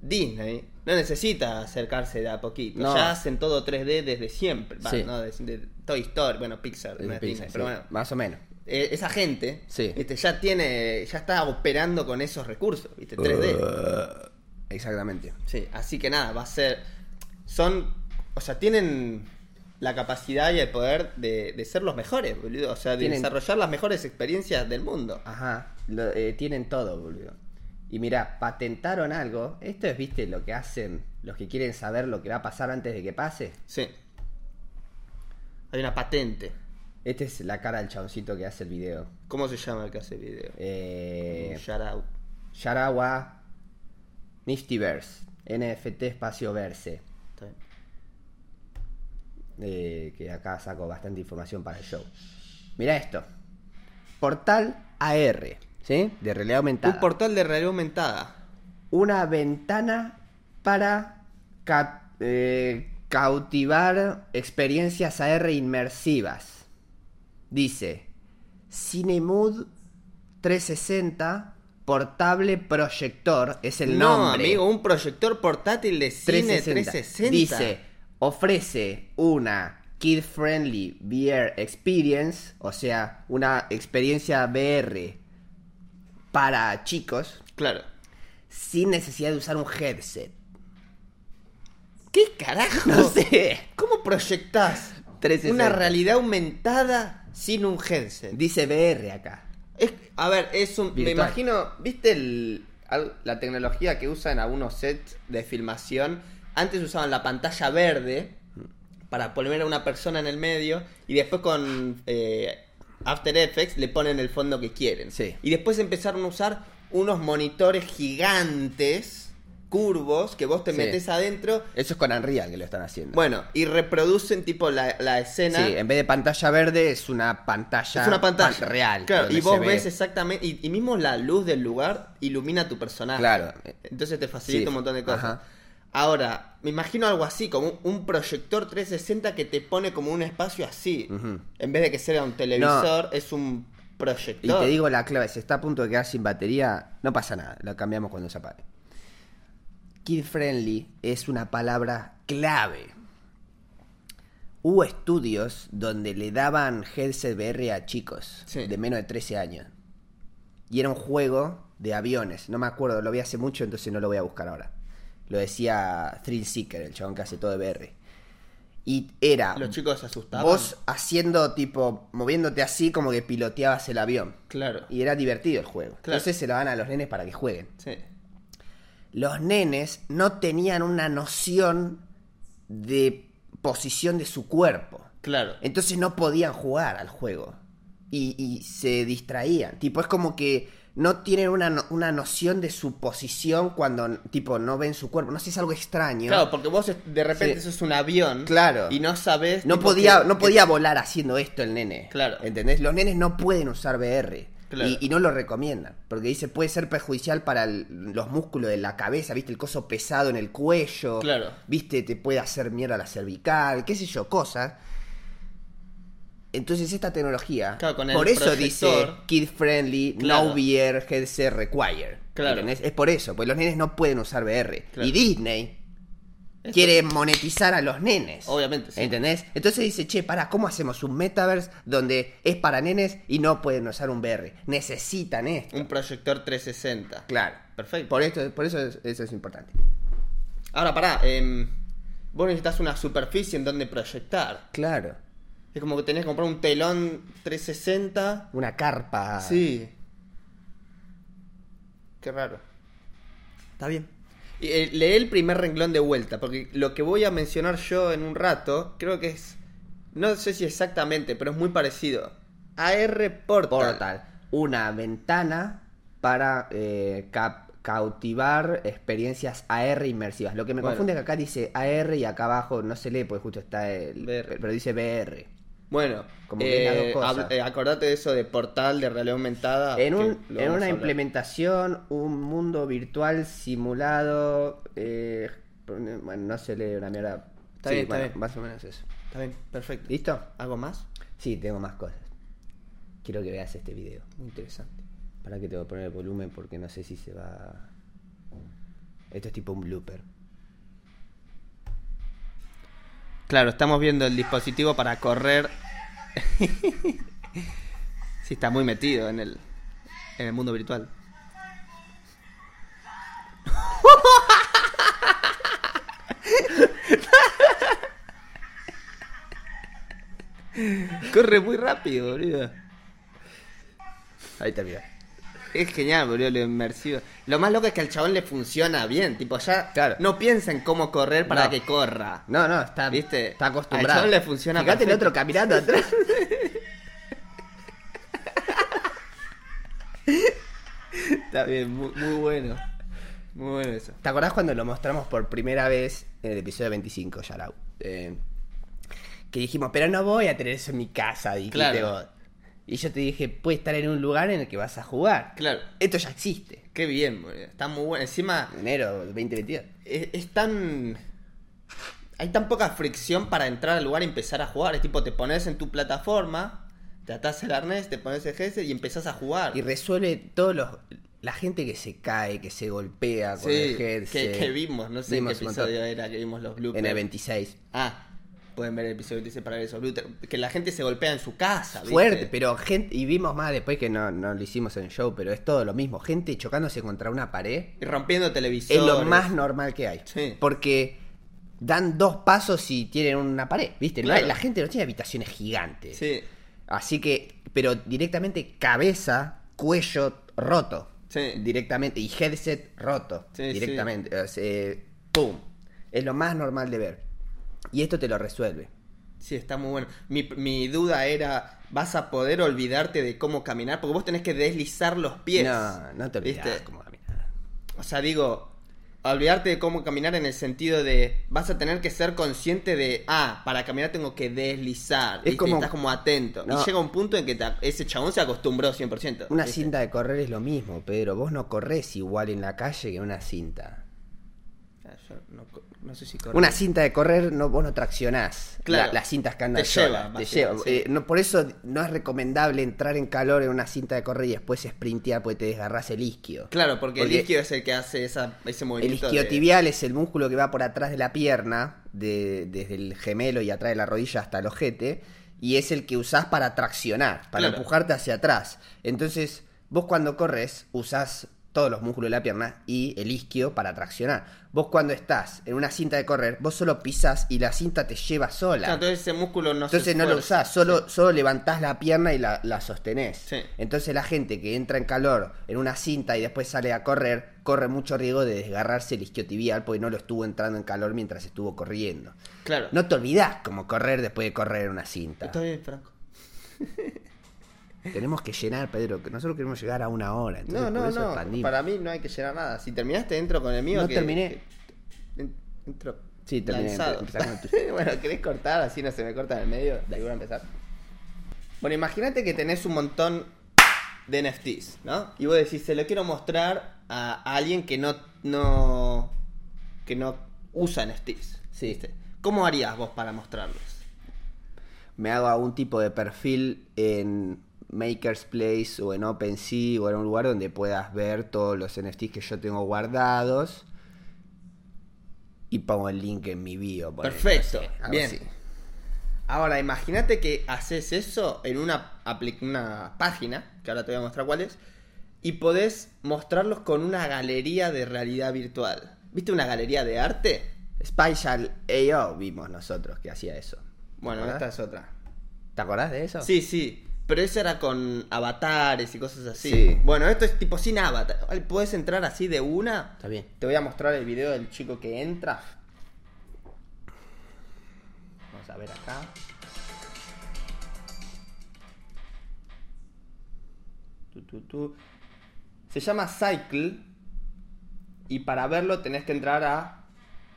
Speaker 1: Disney no necesita acercarse de a poquito.
Speaker 2: No.
Speaker 1: Ya hacen todo 3D desde siempre. Va,
Speaker 2: Sí.
Speaker 1: no, de, de Toy Story, bueno, Pixar, no es Disney,
Speaker 2: Sí,
Speaker 1: pero bueno.
Speaker 2: Más o menos.
Speaker 1: Eh, esa gente
Speaker 2: Sí.
Speaker 1: viste, ya tiene, ya está operando con esos recursos, ¿viste? 3D.
Speaker 2: Uh, exactamente.
Speaker 1: Sí, así que nada, va a ser. Son. O sea, tienen la capacidad y el poder de, de ser los mejores, boludo. O sea, de
Speaker 2: Tienen-
Speaker 1: desarrollar las mejores experiencias del mundo.
Speaker 2: Ajá. Lo, eh, tienen todo, boludo. Y mirá, patentaron algo. Esto es, viste, lo que hacen los que quieren saber lo que va a pasar antes de que pase.
Speaker 1: Sí. Hay una patente.
Speaker 2: Esta es la cara del chaboncito que hace el video.
Speaker 1: ¿Cómo se llama el que hace video?
Speaker 2: Eh,
Speaker 1: Shout out.
Speaker 2: Yarawa Niftyverse. NFT Espacio Verse.
Speaker 1: Está bien.
Speaker 2: eh, que acá saco bastante información para el show. Mirá esto. Portal AR, ¿sí? De realidad aumentada.
Speaker 1: Un portal de realidad aumentada.
Speaker 2: Una ventana para ca- eh, cautivar experiencias AR inmersivas. Dice, Cinemood 360 portable proyector es el
Speaker 1: no,
Speaker 2: nombre.
Speaker 1: amigo, un proyector portátil de cine 360.
Speaker 2: Dice, ofrece una kid-friendly VR experience, o sea, una experiencia VR para chicos
Speaker 1: Claro.
Speaker 2: sin necesidad de usar un headset.
Speaker 1: ¿Qué carajo?
Speaker 2: No sé.
Speaker 1: ¿Cómo proyectás
Speaker 2: 360?
Speaker 1: una realidad aumentada sin un headset?
Speaker 2: Dice VR acá.
Speaker 1: Es- a ver, es un. Me
Speaker 2: Virtual.
Speaker 1: imagino, ¿viste el- al- la tecnología que usan algunos sets de filmación? Antes usaban la pantalla verde para poner a una persona en el medio y después con eh, After Effects le ponen el fondo que quieren.
Speaker 2: Sí.
Speaker 1: Y después empezaron a usar unos monitores gigantes, curvos, que vos te
Speaker 2: Sí.
Speaker 1: metes adentro.
Speaker 2: Eso es con Unreal que lo están haciendo.
Speaker 1: Bueno, y reproducen tipo la, la escena.
Speaker 2: Sí, en vez de pantalla verde es una pantalla,
Speaker 1: es una pantalla
Speaker 2: pan- real.
Speaker 1: Claro,
Speaker 2: donde
Speaker 1: y vos
Speaker 2: se ve-
Speaker 1: ves exactamente. Y, y mismo la luz del lugar ilumina a tu personaje.
Speaker 2: Claro.
Speaker 1: Entonces te facilita
Speaker 2: Sí,
Speaker 1: un montón de cosas.
Speaker 2: ajá.
Speaker 1: Ahora, me imagino algo así, como un, un proyector 360 que te pone como un espacio así.
Speaker 2: Ujú.
Speaker 1: En vez de que sea un televisor, es un
Speaker 2: Y
Speaker 1: proyector.
Speaker 2: te digo la clave, si está a punto de quedar sin batería, no pasa nada, lo cambiamos cuando se apague. Kid friendly es una palabra clave. Hubo estudios donde le daban headset VR a chicos
Speaker 1: Sí.
Speaker 2: de menos de 13 años. Y era un juego de aviones, no me acuerdo, lo vi hace mucho, entonces no lo voy a buscar ahora. Lo decía Thrill Seeker, el chabón que hace todo de VR. Y era
Speaker 1: Los chicos se asustaban.
Speaker 2: vos haciendo tipo, moviéndote así como que piloteabas el avión.
Speaker 1: Claro.
Speaker 2: Y era divertido el juego.
Speaker 1: Claro.
Speaker 2: Entonces se lo dan a los nenes para que jueguen.
Speaker 1: Sí.
Speaker 2: Los nenes no tenían una noción de posición de su cuerpo.
Speaker 1: Claro.
Speaker 2: Entonces no podían jugar al juego. Y, y se distraían. Tipo, es como que no tienen una, no- una noción de su posición cuando, tipo, no ven su cuerpo. No sé, es algo extraño.
Speaker 1: Claro, porque vos es- de repente
Speaker 2: Sí.
Speaker 1: sos un avión.
Speaker 2: Claro.
Speaker 1: Y no sabés.
Speaker 2: No
Speaker 1: tipo,
Speaker 2: podía,
Speaker 1: que-
Speaker 2: no
Speaker 1: que-
Speaker 2: podía volar haciendo esto el nene.
Speaker 1: Claro.
Speaker 2: ¿Entendés? Los nenes no pueden usar VR.
Speaker 1: Claro.
Speaker 2: Y, y no lo recomiendan. Porque dice, puede ser perjudicial para el- los músculos de la cabeza, viste, el coso pesado en el cuello.
Speaker 1: Claro.
Speaker 2: Viste, te puede hacer mierda la cervical, qué sé yo, cosas. Entonces esta tecnología,
Speaker 1: Claro, con el
Speaker 2: por eso dice
Speaker 1: proyector.
Speaker 2: kid friendly,
Speaker 1: Claro.
Speaker 2: no VR, headset required.
Speaker 1: Claro.
Speaker 2: ¿Entendés? Es por eso, porque los nenes no pueden usar VR.
Speaker 1: Claro.
Speaker 2: Y Disney
Speaker 1: Esto-
Speaker 2: quiere monetizar a los nenes.
Speaker 1: Obviamente, sí.
Speaker 2: ¿Entendés? Entonces dice, che, pará, ¿cómo hacemos un metaverse donde es para nenes y no pueden usar un VR? Necesitan esto.
Speaker 1: Un proyector 360.
Speaker 2: Claro.
Speaker 1: Perfecto.
Speaker 2: Por, esto, por eso es- eso es importante.
Speaker 1: Ahora, pará, em, vos necesitas una superficie en donde proyectar.
Speaker 2: Claro.
Speaker 1: Es como que tenés que comprar un telón 360.
Speaker 2: Una carpa.
Speaker 1: Sí. Qué raro. Está bien. Y, eh, leé el primer renglón de vuelta, porque lo que voy a mencionar yo en un rato, creo que es. No sé si exactamente, pero es muy parecido. AR Portal.
Speaker 2: Portal. Una ventana para eh, cap- cautivar experiencias AR inmersivas. Lo que me
Speaker 1: Bueno.
Speaker 2: confunde es que acá dice AR y acá abajo no se lee, pues justo está el...
Speaker 1: VR.
Speaker 2: Pero dice VR.
Speaker 1: Bueno,
Speaker 2: Como que las dos
Speaker 1: eh,
Speaker 2: cosas.
Speaker 1: hab- eh, acordate de eso de portal de realidad aumentada.
Speaker 2: En,
Speaker 1: que
Speaker 2: un-
Speaker 1: Ah, lo vamos
Speaker 2: en
Speaker 1: a
Speaker 2: una
Speaker 1: hablar.
Speaker 2: implementación, un mundo virtual simulado. eh, bueno, no se lee una mierda.
Speaker 1: Está
Speaker 2: Sí,
Speaker 1: bien, está
Speaker 2: bueno,
Speaker 1: bien.
Speaker 2: Más o menos eso.
Speaker 1: Está bien, perfecto.
Speaker 2: ¿Listo?
Speaker 1: ¿Algo más?
Speaker 2: Sí, tengo más cosas. Quiero que veas este video.
Speaker 1: Muy interesante.
Speaker 2: Para que te voy a poner el volumen porque no sé si se va. Esto es tipo un blooper.
Speaker 1: Claro, estamos viendo el dispositivo para correr. sí, está muy metido en el, en el mundo virtual. Corre muy rápido, boludo.
Speaker 2: Ahí termina.
Speaker 1: Es genial, boludo, lo inmersivo. Lo más loco es que al chabón le funciona bien. Tipo, ya
Speaker 2: Claro.
Speaker 1: no piensa en cómo correr para
Speaker 2: No.
Speaker 1: que corra.
Speaker 2: No, no, está,
Speaker 1: ¿Viste?
Speaker 2: está
Speaker 1: Al
Speaker 2: acostumbrado.
Speaker 1: chabón le funciona
Speaker 2: Fíjate el
Speaker 1: perfecto.
Speaker 2: otro caminando atrás.
Speaker 1: Está bien, muy, muy bueno. Muy bueno eso.
Speaker 2: ¿Te acordás cuando lo mostramos por primera vez en el episodio 25, Yarau? Eh, que dijimos, pero no voy a tener eso en mi casa, dijiste
Speaker 1: Claro.
Speaker 2: vos. Y yo te dije, puede estar en un lugar en el que vas a jugar.
Speaker 1: Claro.
Speaker 2: Esto ya existe.
Speaker 1: Qué bien, boludo. Está muy bueno. Encima,
Speaker 2: Enero 2022.
Speaker 1: es, es tan. Hay tan poca fricción para entrar al lugar y empezar a jugar. Es tipo, te pones en tu plataforma, te atás el arnés, te pones el jefe y empezás a jugar.
Speaker 2: Y resuelve todos los, la gente que se cae, que se golpea con
Speaker 1: Sí,
Speaker 2: el
Speaker 1: que,
Speaker 2: headset.
Speaker 1: que vimos, no sé
Speaker 2: Vimos
Speaker 1: qué
Speaker 2: un montón.
Speaker 1: episodio era que vimos los bloopers.
Speaker 2: En el 26.
Speaker 1: Ah, pueden ver el episodio 26 para ver esos bloopers. Que la gente se golpea en su casa, ¿viste?
Speaker 2: Fuerte, pero gente. Y vimos más después que no, no lo hicimos en el show, pero es todo lo mismo. Gente chocándose contra una pared
Speaker 1: Y rompiendo televisores.
Speaker 2: es lo más normal que hay.
Speaker 1: Sí.
Speaker 2: Porque dan dos pasos y tienen una pared, ¿viste? No hay-
Speaker 1: Claro.
Speaker 2: la gente no tiene habitaciones gigantes.
Speaker 1: Sí,
Speaker 2: Así que, pero directamente cabeza, cuello roto.
Speaker 1: Sí.
Speaker 2: Directamente. Y headset roto.
Speaker 1: Sí,
Speaker 2: directamente. O sea, eh, ¡Pum! Es lo más normal de ver. Y esto te lo resuelve.
Speaker 1: sí, está muy bueno. Mi, mi duda era, ¿vas a poder olvidarte de cómo caminar? Porque vos tenés que deslizar los pies.
Speaker 2: No, no te olvidas
Speaker 1: ¿viste?
Speaker 2: cómo caminar.
Speaker 1: O sea, digo, olvidarte de cómo caminar en el sentido de vas a tener que ser consciente de, ah, para caminar tengo que deslizar.
Speaker 2: Es
Speaker 1: ¿viste? Y
Speaker 2: como-
Speaker 1: estás como atento.
Speaker 2: No.
Speaker 1: Y llega un punto en que te- ese chabón se acostumbró 100%.
Speaker 2: Una
Speaker 1: ¿viste?
Speaker 2: cinta de correr es lo mismo, Pedro. Vos no corres igual en la calle que una cinta.
Speaker 1: Ah, yo no, co- no sé si corre.
Speaker 2: Una cinta de correr no, vos no traccionás.
Speaker 1: Claro.
Speaker 2: La- las cintas que andan
Speaker 1: Te lleva,
Speaker 2: solas, Te
Speaker 1: básicamente,
Speaker 2: lleva.
Speaker 1: sí.
Speaker 2: Eh, no, por eso no es recomendable entrar en calor en una cinta de correr y después sprintear porque te desgarrás el isquio.
Speaker 1: Claro, porque,
Speaker 2: Porque
Speaker 1: el isquio es el que hace esa, ese
Speaker 2: El
Speaker 1: movimiento. de...
Speaker 2: isquiotibial es el músculo que va por atrás de la pierna, de- desde el gemelo y atrás de la rodilla hasta el ojete, y es el que usás para traccionar, para
Speaker 1: Claro.
Speaker 2: empujarte hacia atrás. Entonces, vos cuando corres, usás todos los músculos de la pierna y el isquio para traccionar. Vos cuando estás en una cinta de correr, vos solo pisás y la cinta te lleva sola.
Speaker 1: Claro, entonces ese músculo no se
Speaker 2: Entonces no lo
Speaker 1: esfuerza.
Speaker 2: usás, solo, solo levantás la pierna y la, la sostenés.
Speaker 1: Sí.
Speaker 2: Entonces la gente que entra en calor en una cinta y después sale a correr, corre mucho riesgo de desgarrarse el isquiotibial porque no lo estuvo entrando en calor mientras estuvo corriendo.
Speaker 1: Claro.
Speaker 2: No te olvidás como correr después de correr en una cinta.
Speaker 1: Está bien, Franco.
Speaker 2: Tenemos que llenar, Pedro, que nosotros queremos llegar a una hora. entonces por eso expandimos.
Speaker 1: Para mí no hay que llenar nada. Si terminaste, entro con el mío.
Speaker 2: No
Speaker 1: que-
Speaker 2: terminé.
Speaker 1: que- en- entro.
Speaker 2: Sí, terminé,
Speaker 1: lanzado.
Speaker 2: empezá con el tuyo.
Speaker 1: bueno, ¿querés cortar? Así no se me corta en el medio. Dale, voy a empezar. Bueno, imagínate que tenés un montón de NFTs, ¿no? Y vos decís, se lo quiero mostrar a alguien que no. no que no usa NFTs.
Speaker 2: Sí.
Speaker 1: ¿viste? ¿Cómo harías vos para mostrarlos?
Speaker 2: me hago algún tipo de perfil en Maker's Place o en OpenSea o en un lugar donde puedas ver todos los NFTs que yo tengo guardados y pongo el link en mi bio. ponele, no
Speaker 1: Perfecto,
Speaker 2: sé, algo
Speaker 1: bien.
Speaker 2: así.
Speaker 1: Ahora, imagínate que haces eso en una, apli- una página, que ahora te voy a mostrar cuál es, y podés mostrarlos con una galería de realidad virtual. ¿Viste una galería de arte?
Speaker 2: Spatial AO vimos nosotros que hacía eso.
Speaker 1: Bueno,
Speaker 2: ¿Te
Speaker 1: esta
Speaker 2: acordás?
Speaker 1: es otra.
Speaker 2: ¿Te acordás de eso?
Speaker 1: Sí, sí, pero eso era con avatares y cosas así.
Speaker 2: Sí.
Speaker 1: Bueno, esto es tipo sin avatar. Puedes entrar así de una.
Speaker 2: Está bien.
Speaker 1: Te voy a mostrar el video del chico que entra. Vamos a ver acá. Tu, tu, tu. Se llama Cycle. Y para verlo tenés que entrar a.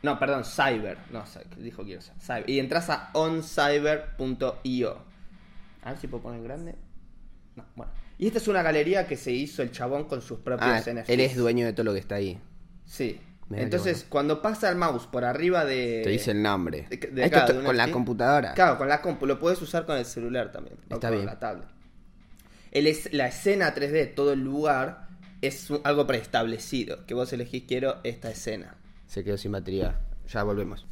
Speaker 1: No, perdón, Cyber. No, Cycle, dijo quiero ser. Cyber. Y entras a oncyber.io. A ver si puedo poner grande. No, bueno. Y esta es una galería que se hizo el chabón con sus propios
Speaker 2: Ah,
Speaker 1: NFTs.
Speaker 2: él es dueño de todo lo que está ahí.
Speaker 1: Sí.
Speaker 2: Mirá qué
Speaker 1: Entonces,
Speaker 2: bueno.
Speaker 1: cuando pasa el mouse por arriba de.
Speaker 2: Te dice el nombre.
Speaker 1: de- de
Speaker 2: Esto
Speaker 1: acá,
Speaker 2: to-
Speaker 1: de una
Speaker 2: con la
Speaker 1: NFT.
Speaker 2: computadora.
Speaker 1: Claro, con la compu. Lo puedes usar con el celular también. o
Speaker 2: Está
Speaker 1: con
Speaker 2: bien.
Speaker 1: la tablet. El es, la escena 3D, todo el lugar, es un- algo preestablecido. Que vos elegís, quiero esta escena.
Speaker 2: Se quedó sin batería. Ya volvemos.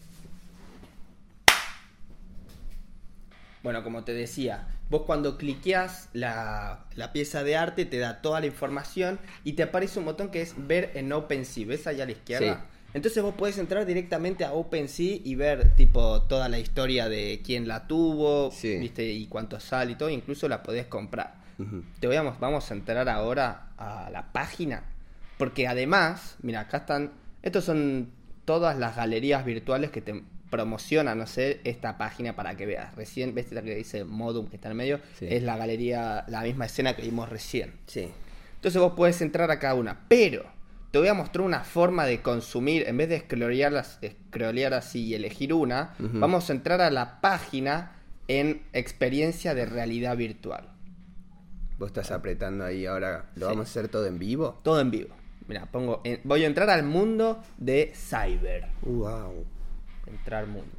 Speaker 1: Bueno, como te decía, vos cuando cliqueas la, la pieza de arte te da toda la información y te aparece un botón que es ver en OpenSea. ¿Ves allá a la izquierda? Entonces vos podés entrar directamente a OpenSea y ver tipo toda la historia de quién la tuvo,
Speaker 2: Sí.
Speaker 1: viste, y cuánto sale y todo, incluso la podés comprar.
Speaker 2: Ujú.
Speaker 1: Te voy a mos- vamos a entrar ahora a la página. Porque además, mira, acá están. Estos son todas las galerías virtuales que te promocionan, no sé, esta página para que veas. Recién, ves la que dice Modum que está en el medio.
Speaker 2: Sí.
Speaker 1: Es la galería, la misma escena que vimos recién.
Speaker 2: Sí.
Speaker 1: Entonces vos puedes entrar a cada una. Pero te voy a mostrar una forma de consumir. En vez de scrollear, las- scrollear así y elegir una,
Speaker 2: Ujú.
Speaker 1: vamos a entrar a la página en experiencia de realidad virtual.
Speaker 2: Vos estás apretando ahí ahora. ¿Lo
Speaker 1: Sí.
Speaker 2: vamos a hacer todo en vivo?
Speaker 1: Todo en vivo. Mira, pongo. en- voy a entrar al mundo de Cyber.
Speaker 2: Wow.
Speaker 1: Entrar mundo.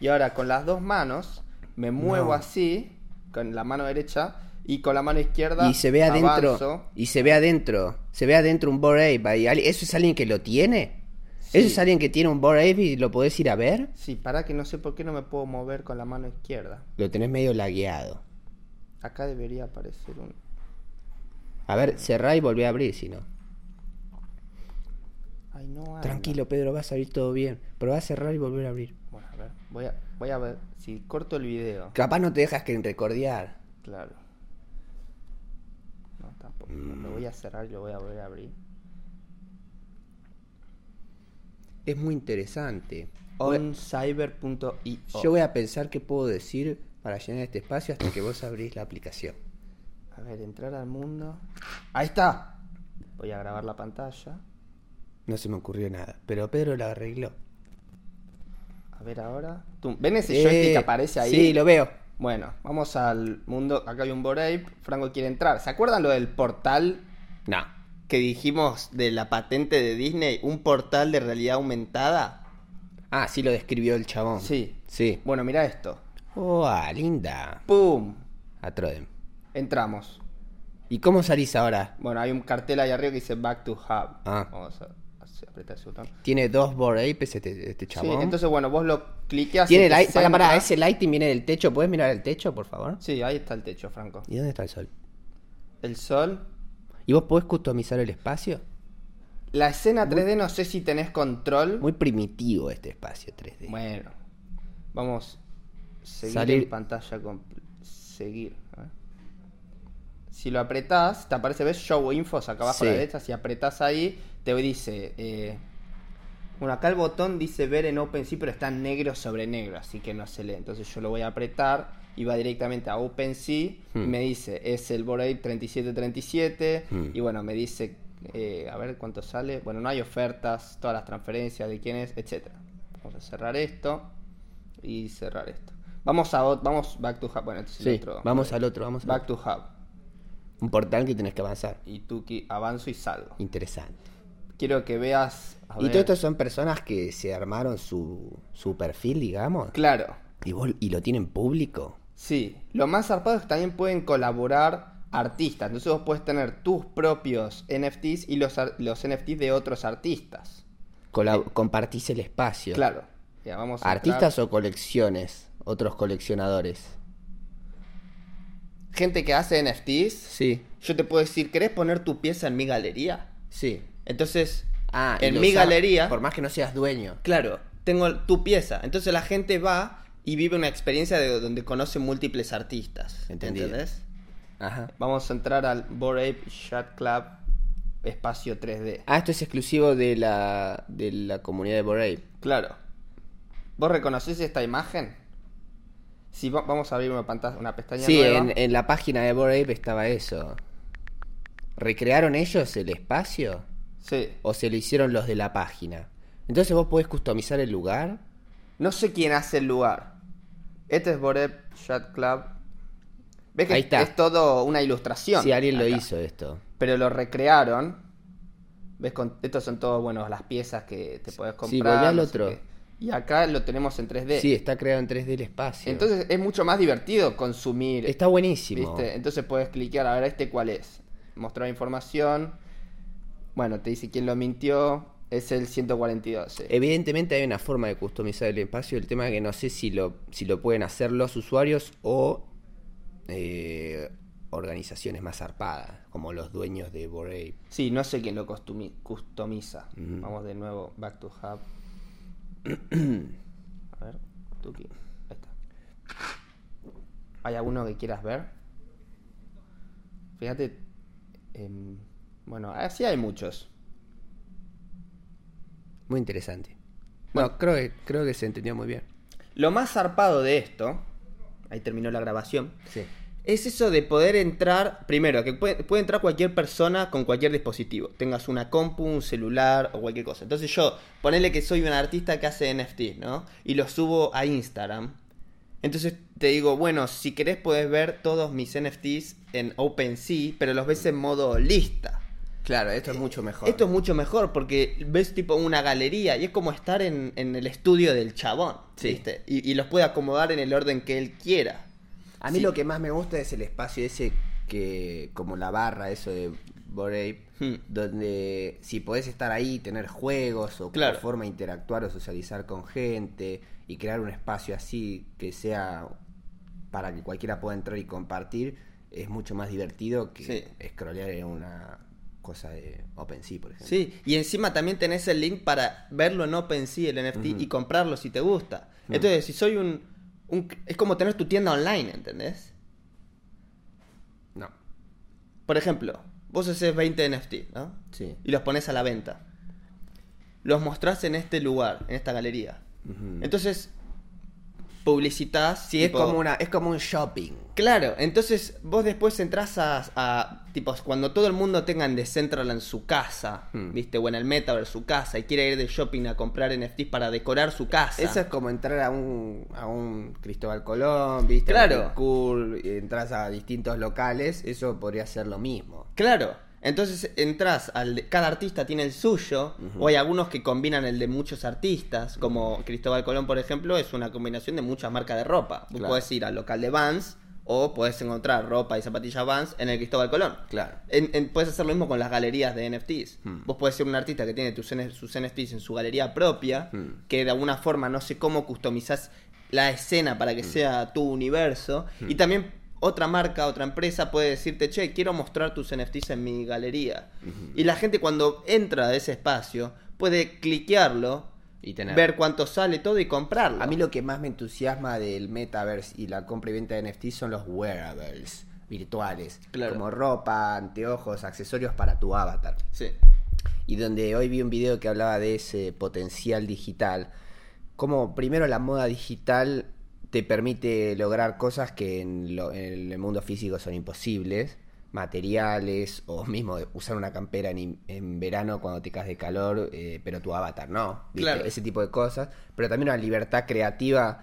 Speaker 1: Y ahora con las dos manos me muevo
Speaker 2: No.
Speaker 1: así, con la mano derecha, y con la mano izquierda
Speaker 2: Y se ve adentro.
Speaker 1: avanzo.
Speaker 2: Y se ve adentro. Se ve adentro un Bored Ape. ahí. Ali- ¿Eso es alguien que lo tiene?
Speaker 1: Sí.
Speaker 2: ¿Eso es alguien que tiene un Bored Ape y lo podés ir a ver?
Speaker 1: Sí, para que no sé por qué no me puedo mover con la mano izquierda.
Speaker 2: Lo tenés medio lagueado.
Speaker 1: Acá debería aparecer un...
Speaker 2: A ver, cerrá y volvé a abrir si no.
Speaker 1: Ay, no. anda.
Speaker 2: Tranquilo, Pedro, va a salir todo bien. Pero va a cerrar y volver a abrir.
Speaker 1: Bueno, a ver. Voy a, voy a ver si corto el video.
Speaker 2: Capaz no te dejas que recordear.
Speaker 1: Claro. No, tampoco. Lo voy a cerrar y lo voy a volver a abrir.
Speaker 2: Es muy interesante.
Speaker 1: Oh. Oncyber.io.
Speaker 2: Yo voy a pensar qué puedo decir para llenar este espacio hasta que vos abrís la aplicación.
Speaker 1: A ver, entrar al mundo. Ahí está. Voy a grabar la pantalla.
Speaker 2: No se me ocurrió nada, pero Pedro lo arregló.
Speaker 1: A ver ahora. Tum. ¿Ven ese joystick
Speaker 2: Eh,
Speaker 1: que aparece ahí?
Speaker 2: Sí, lo veo.
Speaker 1: Bueno, vamos al mundo. Acá hay un Borape. Franco quiere entrar. ¿Se acuerdan lo del portal
Speaker 2: No.
Speaker 1: que dijimos de la patente de Disney? Un portal de realidad aumentada.
Speaker 2: Ah, sí lo describió el chabón.
Speaker 1: Sí.
Speaker 2: Sí.
Speaker 1: Bueno, mira esto.
Speaker 2: Oh, ah, linda.
Speaker 1: ¡Pum!
Speaker 2: A Troden.
Speaker 1: Entramos.
Speaker 2: ¿Y cómo salís ahora?
Speaker 1: Bueno, hay un cartel ahí arriba que dice Back to Hub.
Speaker 2: Ah.
Speaker 1: Vamos a, a apretar ese botón.
Speaker 2: Tiene dos board apes este, este
Speaker 1: Sí,
Speaker 2: chabón.
Speaker 1: entonces bueno, vos lo cliqueas.
Speaker 2: Tiene
Speaker 1: se te
Speaker 2: light. Pará, pará,
Speaker 1: centra.
Speaker 2: ese lighting viene del techo. ¿Puedes mirar el techo, por favor?
Speaker 1: Sí, ahí está el techo, Franco.
Speaker 2: ¿Y dónde está el sol?
Speaker 1: El sol.
Speaker 2: ¿Y vos podés customizar el espacio?
Speaker 1: La escena 3D no sé si tenés control.
Speaker 2: Muy primitivo este espacio 3D.
Speaker 1: Bueno. Vamos. Seguir
Speaker 2: Salir.
Speaker 1: en pantalla con seguir. a ver. Si lo apretás, te aparece, ves, show infos acá abajo a la
Speaker 2: Sí.
Speaker 1: derecha. Si apretás ahí, te dice. eh, Bueno, acá el botón dice ver en OpenSea, pero está negro sobre negro, así que no se lee. Entonces yo lo voy a apretar y va directamente a OpenSea. y
Speaker 2: Hmm.
Speaker 1: Me dice, es el Borate 3737.
Speaker 2: Hmm.
Speaker 1: Y bueno, me dice, eh, a ver cuánto sale. Bueno, no hay ofertas, todas las transferencias, de quién es, etc. Vamos a cerrar esto y cerrar esto. Vamos a ot- vamos back to hub. Bueno, este es el
Speaker 2: Sí,
Speaker 1: otro.
Speaker 2: vamos al otro, vamos al
Speaker 1: Back
Speaker 2: otro.
Speaker 1: to hub.
Speaker 2: Un portal que tenés que avanzar.
Speaker 1: Y Tuki avanzo y salgo.
Speaker 2: Interesante.
Speaker 1: Quiero que veas. a
Speaker 2: Y
Speaker 1: ver.
Speaker 2: todo esto son personas que se armaron su, su perfil, digamos.
Speaker 1: Claro.
Speaker 2: Y, vos- y lo tienen público.
Speaker 1: Sí, lo más zarpado es que también pueden colaborar artistas. Entonces vos puedes tener tus propios NFTs y los, ar- los NFTs de otros artistas.
Speaker 2: Colab- compartís el espacio.
Speaker 1: Eh, Claro. Ya, vamos a
Speaker 2: Artistas
Speaker 1: entrar.
Speaker 2: o colecciones, otros coleccionadores.
Speaker 1: Gente que hace NFTs.
Speaker 2: Sí,
Speaker 1: Yo te puedo decir, ¿querés poner tu pieza en mi galería?
Speaker 2: sí.
Speaker 1: Entonces,
Speaker 2: Ah, y
Speaker 1: en
Speaker 2: lo
Speaker 1: mi
Speaker 2: usa-
Speaker 1: galería,
Speaker 2: Por más que no seas dueño.
Speaker 1: claro, tengo tu pieza. Entonces la gente va y vive una experiencia de, donde conoce múltiples artistas.
Speaker 2: Entendido.
Speaker 1: ¿Entendés?
Speaker 2: Ajá.
Speaker 1: Vamos a entrar al Bored Ape Shot Club espacio 3D.
Speaker 2: Ah, esto es exclusivo de la, de la comunidad de Borei.
Speaker 1: Claro. ¿Vos reconocés esta imagen? Si va- vamos a abrir una pantalla, una pestaña
Speaker 2: Sí,
Speaker 1: nueva.
Speaker 2: en, en la página de Bored Ape estaba eso. ¿Recrearon ellos el espacio?
Speaker 1: Sí.
Speaker 2: ¿O se lo hicieron los de la página? Entonces vos podés customizar el lugar.
Speaker 1: No sé quién hace el lugar. Este es Boreb Shot Club. ¿Ves que
Speaker 2: Ahí está.
Speaker 1: es todo una ilustración?
Speaker 2: Si alguien lo
Speaker 1: acá?
Speaker 2: hizo esto.
Speaker 1: Pero lo recrearon. ¿Ves? Con, estos son todos, bueno, las piezas que te podés comprar.
Speaker 2: Sí, volvé al
Speaker 1: no sé
Speaker 2: otro.
Speaker 1: qué. Y acá lo tenemos en 3D.
Speaker 2: Sí, está creado en 3D el espacio.
Speaker 1: Entonces es mucho más divertido consumir
Speaker 2: está buenísimo.
Speaker 1: ¿Viste? Entonces puedes cliquear a ver este cuál es. Mostrar información. Bueno, te dice quién lo mintió. Es el 142. sí.
Speaker 2: Eh. Evidentemente hay una forma de customizar el espacio. El tema es que no sé si lo, si lo pueden hacer los usuarios o eh, organizaciones más zarpadas, como los dueños de Borei.
Speaker 1: Sí, no sé quién lo costumi- customiza.
Speaker 2: Ujú.
Speaker 1: Vamos de nuevo, back to hub. a ver, Tuki. Ahí está. ¿Hay alguno que quieras ver? Fíjate. em, bueno, así hay muchos.
Speaker 2: Muy interesante. Bueno, creo que, creo que se entendió muy bien.
Speaker 1: Lo más zarpado de esto. Ahí terminó la grabación.
Speaker 2: Sí.
Speaker 1: Es eso de poder entrar, primero, que puede, puede entrar cualquier persona con cualquier dispositivo. Tengas una compu, un celular o cualquier cosa. Entonces yo, ponele que soy un artista que hace NFT, ¿no? Y lo subo a Instagram. Entonces te digo, bueno, si querés podés ver todos mis NFTs en OpenSea, pero los ves en modo lista.
Speaker 2: Claro, esto es mucho mejor.
Speaker 1: Esto es mucho mejor porque ves tipo una galería y es como estar en, en el estudio del chabón,
Speaker 2: Sí.
Speaker 1: ¿viste? Y, y los puede acomodar en el orden que él quiera.
Speaker 2: A mí
Speaker 1: Sí.
Speaker 2: lo que más me gusta es el espacio ese que como la barra eso de Bored Ape,
Speaker 1: Hmm.
Speaker 2: donde si podés estar ahí, tener juegos o
Speaker 1: Claro.
Speaker 2: como forma de interactuar o socializar con gente y crear un espacio así que sea para que cualquiera pueda entrar y compartir, es mucho más divertido que
Speaker 1: Sí.
Speaker 2: scrollear en una cosa de OpenSea, por ejemplo.
Speaker 1: Sí, y encima también tenés el link para verlo en OpenSea, el NFT, y comprarlo si te gusta.
Speaker 2: Mm.
Speaker 1: Entonces, si soy un, un- Es como tener tu tienda online, ¿entendés?
Speaker 2: No.
Speaker 1: Por ejemplo, vos haces 20 NFT, ¿no?
Speaker 2: Sí.
Speaker 1: Y los pones a la venta. Los mostrás en este lugar, en esta galería.
Speaker 2: Ujú.
Speaker 1: Entonces, publicitas
Speaker 2: Sí, es como una, es como un shopping.
Speaker 1: Claro, entonces vos después entras a, a tipo, cuando todo el mundo tenga en Decentraland en su casa,
Speaker 2: Hmm.
Speaker 1: viste, o en el Metaverse su casa, y quiere ir de shopping a comprar NFTs para decorar su casa.
Speaker 2: Eso es como entrar a un, a un Cristóbal Colón, viste,
Speaker 1: Claro.
Speaker 2: Rocket cool, y entras a distintos locales, eso podría ser lo mismo.
Speaker 1: Claro, entonces entras al de- cada artista tiene el suyo,
Speaker 2: Ujú.
Speaker 1: o hay algunos que combinan el de muchos artistas, como Cristóbal Colón, por ejemplo, es una combinación de muchas marcas de ropa. Vos
Speaker 2: Claro.
Speaker 1: podés ir al local de Vans o podés encontrar ropa y zapatillas Vans en el Cristóbal Colón.
Speaker 2: Claro.
Speaker 1: En- en- puedes hacer lo mismo con las galerías de NFTs.
Speaker 2: Hmm.
Speaker 1: Vos podés ser un artista que tiene tus, N- sus NFTs en su galería propia,
Speaker 2: Hmm.
Speaker 1: que de alguna forma no sé cómo customizás la escena para
Speaker 2: Hmm.
Speaker 1: que sea tu universo. Y también otra marca, otra empresa puede decirte, che, quiero mostrar tus NFTs en mi galería.
Speaker 2: Hmm.
Speaker 1: Y la gente cuando entra a ese espacio puede cliquearlo,
Speaker 2: Y tener.
Speaker 1: ver cuánto sale todo y comprarlo.
Speaker 2: A mí lo que más me entusiasma del metaverse y la compra y venta de NFT son los wearables virtuales,
Speaker 1: Claro.
Speaker 2: como ropa, anteojos, accesorios para tu avatar.
Speaker 1: Sí.
Speaker 2: y donde hoy vi un video que hablaba de ese potencial digital. Como primero la moda digital te permite lograr cosas que en, lo- en el mundo físico son imposibles, materiales o mismo usar una campera en, in- en verano cuando te caes de calor, eh, pero tu avatar no, ¿viste?
Speaker 1: Claro.
Speaker 2: ese tipo de cosas, pero también una libertad creativa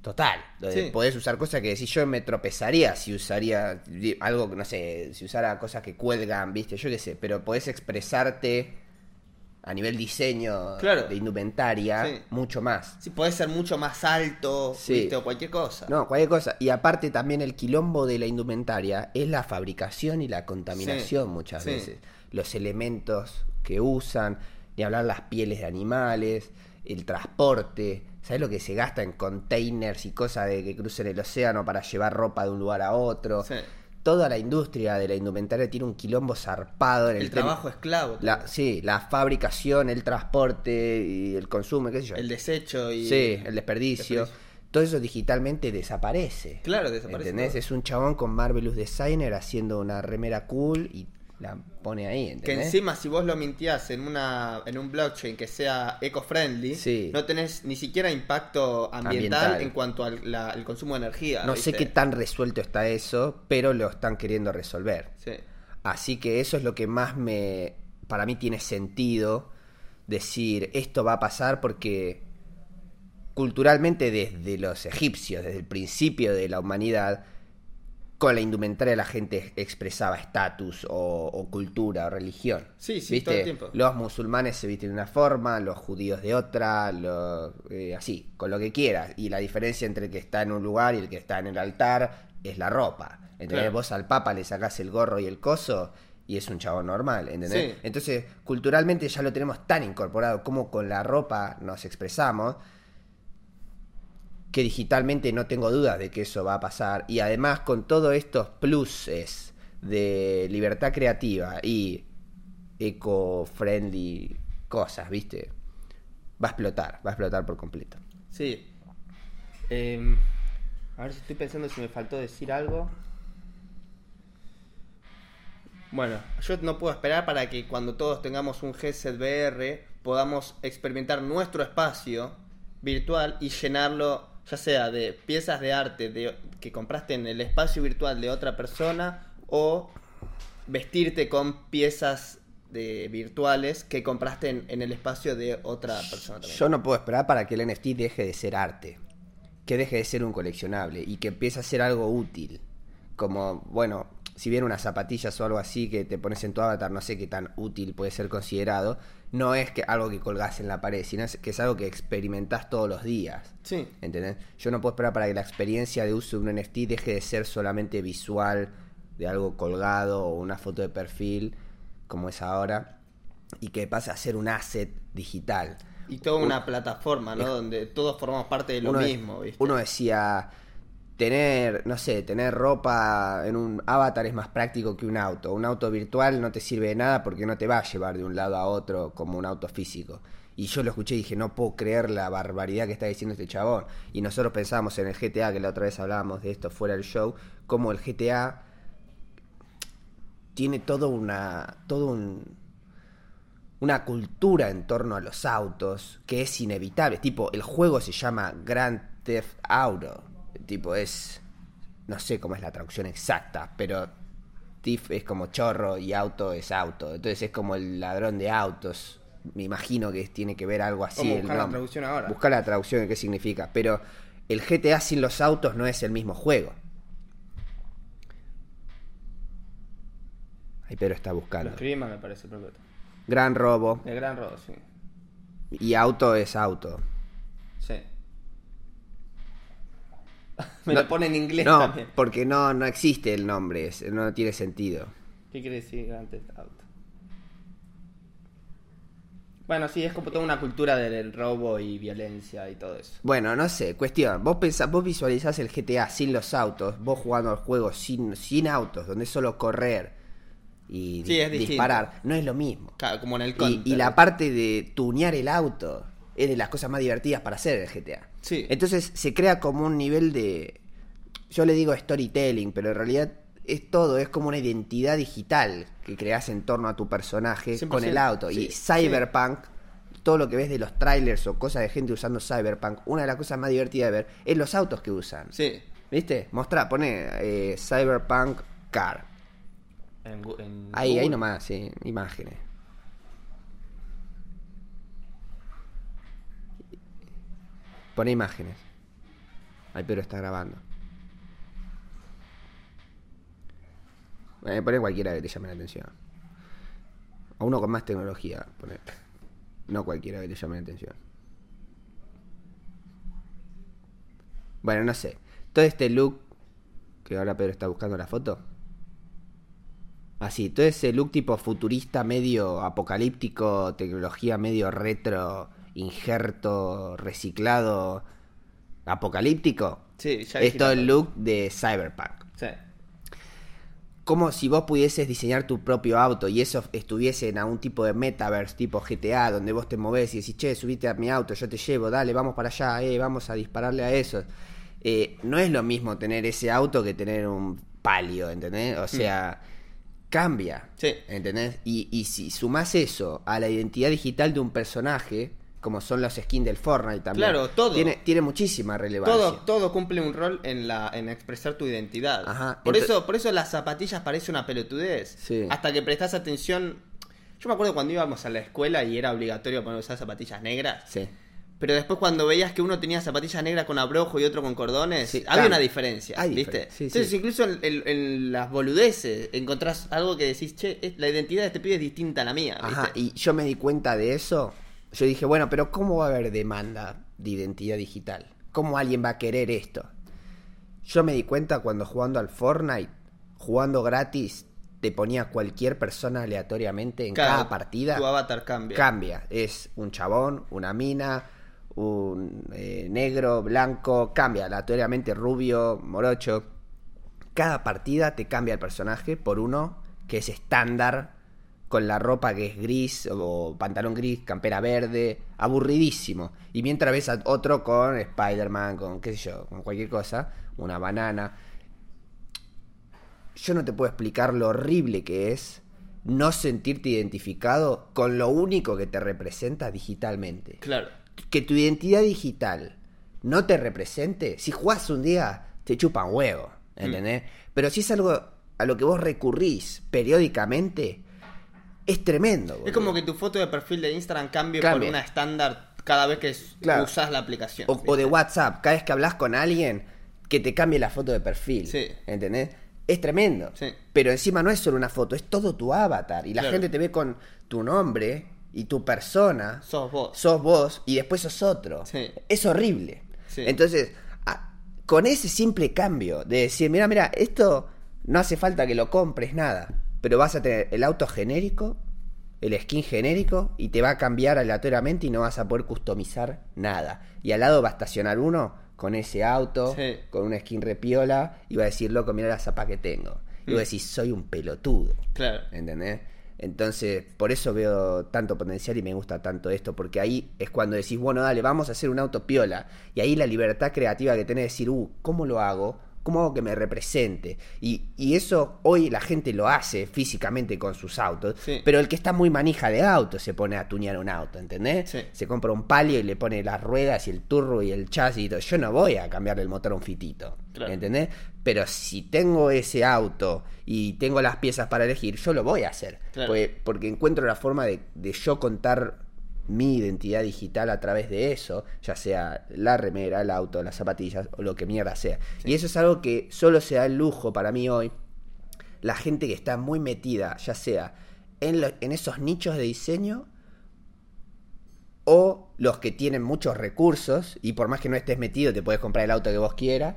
Speaker 2: total, donde
Speaker 1: Sí.
Speaker 2: podés usar cosas que decís yo me tropezaría si usaría di- algo, no sé, si usara cosas que cuelgan, viste, yo qué sé, pero podés expresarte a nivel diseño
Speaker 1: Claro.
Speaker 2: de indumentaria
Speaker 1: Sí.
Speaker 2: mucho más.
Speaker 1: Sí, puede ser mucho más alto,
Speaker 2: Sí.
Speaker 1: ¿viste? o cualquier cosa.
Speaker 2: No, cualquier cosa. Y aparte también el quilombo de la indumentaria es la fabricación y la contaminación
Speaker 1: Sí,
Speaker 2: muchas
Speaker 1: sí.
Speaker 2: veces. Los elementos que usan, ni hablar las pieles de animales, el transporte. ¿Sabes lo que se gasta en containers y cosas de que crucen el océano para llevar ropa de un lugar a otro?
Speaker 1: Sí.
Speaker 2: Toda la industria de la indumentaria tiene un quilombo zarpado en el,
Speaker 1: El
Speaker 2: tema-
Speaker 1: trabajo esclavo.
Speaker 2: La, sí, la fabricación, el transporte y el consumo, qué sé yo.
Speaker 1: El desecho y.
Speaker 2: Sí, el desperdicio.
Speaker 1: desperdicio.
Speaker 2: Todo eso digitalmente desaparece.
Speaker 1: Claro, desaparece
Speaker 2: ¿Entendés?
Speaker 1: todo.
Speaker 2: Es un chabón con Marvelous Designer haciendo una remera cool y la pone ahí,
Speaker 1: Que
Speaker 2: ¿entendés?
Speaker 1: encima si vos lo mintías en una en un blockchain que sea eco-friendly,
Speaker 2: Sí.
Speaker 1: no tenés ni siquiera impacto ambiental,
Speaker 2: Ambiental.
Speaker 1: en cuanto al la- el consumo de energía.
Speaker 2: no sé
Speaker 1: ¿viste?
Speaker 2: qué tan resuelto está eso, pero lo están queriendo resolver.
Speaker 1: Sí.
Speaker 2: Así que eso es lo que más me. Para mí tiene sentido decir esto va a pasar porque culturalmente desde los egipcios, desde el principio de la humanidad, con la indumentaria la gente expresaba estatus o, o cultura o religión.
Speaker 1: Sí, sí, todo el tiempo.
Speaker 2: Los musulmanes se visten de una forma, los judíos de otra, los, eh, así, con lo que quieras. Y la diferencia entre el que está en un lugar y el que está en el altar es la ropa. ¿entendés?
Speaker 1: Claro.
Speaker 2: Vos al papa le sacás el gorro y el coso y es un chabón normal, ¿entendés?
Speaker 1: Sí.
Speaker 2: Entonces, culturalmente ya lo tenemos tan incorporado como con la ropa nos expresamos que digitalmente no tengo dudas de que eso va a pasar. Y además con todos estos pluses de libertad creativa y eco-friendly cosas, ¿viste? Va a explotar, va a explotar por completo.
Speaker 1: Sí. Em, a ver si estoy pensando si me faltó decir algo. Bueno, yo no puedo esperar para que cuando todos tengamos un headset VR podamos experimentar nuestro espacio virtual y llenarlo ya sea de piezas de arte de- que compraste en el espacio virtual de otra persona o vestirte con piezas de virtuales que compraste en, en el espacio de otra persona. también.
Speaker 2: Yo no puedo esperar para que el NFT deje de ser arte, que deje de ser un coleccionable y que empiece a ser algo útil. Como, bueno, si bien unas zapatillas o algo así que te pones en tu avatar, no sé qué tan útil puede ser considerado, no es que algo que colgás en la pared, sino es- que es algo que experimentás todos los días.
Speaker 1: Sí.
Speaker 2: ¿Entendés? Yo no puedo esperar para que la experiencia de uso de un NFT deje de ser solamente visual, de algo colgado o una foto de perfil, como es ahora, y que pase a ser un asset digital.
Speaker 1: Y toda una plataforma, ¿no? Donde todos formamos parte de lo
Speaker 2: de-
Speaker 1: mismo, ¿viste?
Speaker 2: uno decía, tener, no sé, tener ropa en un avatar es más práctico que un auto. Un auto virtual no te sirve de nada porque no te va a llevar de un lado a otro como un auto físico. Y yo lo escuché y dije, no puedo creer la barbaridad que está diciendo este chabón. Y nosotros pensábamos en el GTA, que la otra vez hablábamos de esto fuera del show, como el GTA tiene todo una todo un- una cultura en torno a los autos que es inevitable tipo el juego se llama Grand Theft Auto tipo es no sé cómo es la traducción exacta pero Thief es como chorro y auto es auto entonces es como el ladrón de autos me imagino que tiene que ver algo así
Speaker 1: Vamos a
Speaker 2: el
Speaker 1: buscar la
Speaker 2: nombre.
Speaker 1: traducción ahora.
Speaker 2: buscar la traducción de qué significa pero el GTA sin los autos no es el mismo juego Ahí Pedro está
Speaker 1: Lo
Speaker 2: buscando.
Speaker 1: escribí mal, me parece, pero...
Speaker 2: Gran robo.
Speaker 1: El gran robo, sí.
Speaker 2: Y auto es auto.
Speaker 1: Sí. Me
Speaker 2: No,
Speaker 1: lo pone en inglés
Speaker 2: No,
Speaker 1: también.
Speaker 2: porque no, no existe el nombre, es- no tiene sentido.
Speaker 1: ¿Qué quiere decir Grand Theft Auto? Bueno, sí, es como toda una cultura del robo y violencia y todo eso.
Speaker 2: Bueno, no sé, cuestión. Vos pensás, vos visualizás el GTA sin los autos, vos jugando al juego sin, sin autos, donde es solo correr y
Speaker 1: Sí,
Speaker 2: di-
Speaker 1: es distinto.
Speaker 2: disparar, no es lo mismo.
Speaker 1: Claro, como en el
Speaker 2: Y,
Speaker 1: Counter.
Speaker 2: y la parte de tunear el auto es de las cosas más divertidas para hacer en el GTA.
Speaker 1: Sí.
Speaker 2: Entonces se crea como un nivel de. Yo le digo storytelling, pero en realidad es todo, es como una identidad digital que creas en torno a tu personaje con
Speaker 1: 100%,
Speaker 2: el auto.
Speaker 1: sí,
Speaker 2: y
Speaker 1: sí.
Speaker 2: Cyberpunk, todo lo que ves de los trailers o cosas de gente usando Cyberpunk, una de las cosas más divertidas de ver es los autos que usan.
Speaker 1: Sí.
Speaker 2: ¿Viste? Mostrá, pone eh, Cyberpunk Car.
Speaker 1: En, Gu- en
Speaker 2: Ahí,
Speaker 1: Google.
Speaker 2: ahí nomás, sí, imágenes. Pone imágenes. Ahí pero está grabando. Eh, pone cualquiera que te llame la atención. A uno con más tecnología, pone. No cualquiera que te llame la atención. Bueno, no sé. Todo este look. Que ahora Pedro está buscando la foto. Así, todo ese look tipo futurista, medio apocalíptico, tecnología medio retro, injerto, reciclado, apocalíptico.
Speaker 1: Sí, ya
Speaker 2: es todo el
Speaker 1: girando.
Speaker 2: look de Cyberpunk.
Speaker 1: Sí.
Speaker 2: Como si vos pudieses diseñar tu propio auto y eso estuviese en algún tipo de metaverse, tipo GTA, donde vos te movés y decís, che, subite a mi auto, yo te llevo, dale, vamos para allá, eh, vamos a dispararle a eso. Eh, no es lo mismo tener ese auto que tener un palio, ¿entendés? O sea, cambia.
Speaker 1: Mm. Sí.
Speaker 2: ¿Entendés? Y, y si sumás eso a la identidad digital de un personaje, como son los skins del Fortnite también.
Speaker 1: Claro, todo.
Speaker 2: Tiene, tiene muchísima relevancia.
Speaker 1: Todo, todo cumple un rol en la en expresar tu identidad.
Speaker 2: Ajá,
Speaker 1: por,
Speaker 2: ento-
Speaker 1: eso, por eso las zapatillas parece una pelotudez.
Speaker 2: Sí.
Speaker 1: Hasta que prestas atención. Yo me acuerdo cuando íbamos a la escuela y era obligatorio poner usar zapatillas negras.
Speaker 2: Sí.
Speaker 1: Pero después cuando veías que uno tenía zapatillas negras con abrojo y otro con cordones,
Speaker 2: Sí,
Speaker 1: había
Speaker 2: cambia.
Speaker 1: una diferencia,
Speaker 2: Hay
Speaker 1: ¿viste?
Speaker 2: diferencia, sí,
Speaker 1: Entonces
Speaker 2: sí.
Speaker 1: incluso en, en- en las boludeces encontrás algo que decís, che, es- la identidad de este pibe es distinta a la mía, ¿viste?
Speaker 2: Ajá, y yo me di cuenta de eso. Yo dije, bueno, pero ¿cómo va a haber demanda de identidad digital? ¿Cómo alguien va a querer esto? Yo me di cuenta cuando jugando al Fortnite, jugando gratis, te ponía cualquier persona aleatoriamente en
Speaker 1: Claro,
Speaker 2: cada partida.
Speaker 1: Tu avatar cambia.
Speaker 2: Cambia. Es un chabón, una mina, un eh, negro, blanco, cambia aleatoriamente rubio, morocho. Cada partida te cambia el personaje por uno que es estándar, con la ropa que es gris, o pantalón gris, campera verde, aburridísimo. Y mientras ves a otro con Spider-Man, con qué sé yo, con cualquier cosa, una banana yo no te puedo explicar lo horrible que es no sentirte identificado con lo único que te representa digitalmente.
Speaker 1: Claro.
Speaker 2: Que tu identidad digital no te represente, si jugás un día, te chupan huevo,
Speaker 1: Mm.
Speaker 2: ¿entendés? Pero si es algo a lo que vos recurrís periódicamente, es tremendo.
Speaker 1: Es
Speaker 2: boludo.
Speaker 1: como que tu foto de perfil de Instagram cambie por
Speaker 2: Cambia.
Speaker 1: una estándar cada vez que s-
Speaker 2: Claro.
Speaker 1: usás la aplicación.
Speaker 2: O, o
Speaker 1: ¿viste?
Speaker 2: de WhatsApp, cada vez que hablas con alguien, que te cambie la foto de perfil.
Speaker 1: Sí.
Speaker 2: ¿Entendés? Es tremendo.
Speaker 1: Sí.
Speaker 2: Pero encima no es solo una foto, es todo tu avatar. Y la
Speaker 1: Claro.
Speaker 2: gente te ve con tu nombre y tu persona.
Speaker 1: Sos vos.
Speaker 2: Sos vos y después sos otro.
Speaker 1: Sí.
Speaker 2: Es horrible.
Speaker 1: Sí.
Speaker 2: Entonces, a- con ese simple cambio de decir, mira, mira, esto No hace falta que lo compres nada, pero vas a tener el auto genérico, el skin genérico y te va a cambiar aleatoriamente y no vas a poder customizar nada. Y al lado va a estacionar uno con ese auto,
Speaker 1: Sí.
Speaker 2: con una skin repiola y va a decir, loco, mira la zapa que tengo.
Speaker 1: Mm.
Speaker 2: Y vos decís, soy un pelotudo.
Speaker 1: Claro.
Speaker 2: ¿Entendés? Entonces, por eso veo tanto potencial y me gusta tanto esto, porque ahí es cuando decís, bueno, dale, vamos a hacer un auto piola. Y ahí la libertad creativa que tenés de decir, uh, ¿cómo lo hago? ¿Cómo hago que me represente? Y, y eso hoy la gente lo hace físicamente con sus autos,
Speaker 1: Sí.
Speaker 2: pero el que está muy manija de auto se pone a tuñar un auto, ¿entendés?
Speaker 1: Sí.
Speaker 2: Se compra un palio y le pone las ruedas y el turbo y el chasis y todo. Yo no voy a cambiarle el motor a un fitito.
Speaker 1: Claro.
Speaker 2: ¿Entendés? Pero si tengo ese auto y tengo las piezas para elegir, yo lo voy a hacer.
Speaker 1: Claro.
Speaker 2: Porque, porque encuentro la forma de, de yo contar mi identidad digital a través de eso, ya sea la remera, el auto, las zapatillas o lo que mierda sea. Y eso es algo que solo se da el lujo para mí hoy, la gente que está muy metida, ya sea en, lo- en esos nichos de diseño o los que tienen muchos recursos y por más que no estés metido te puedes comprar el auto que vos quieras.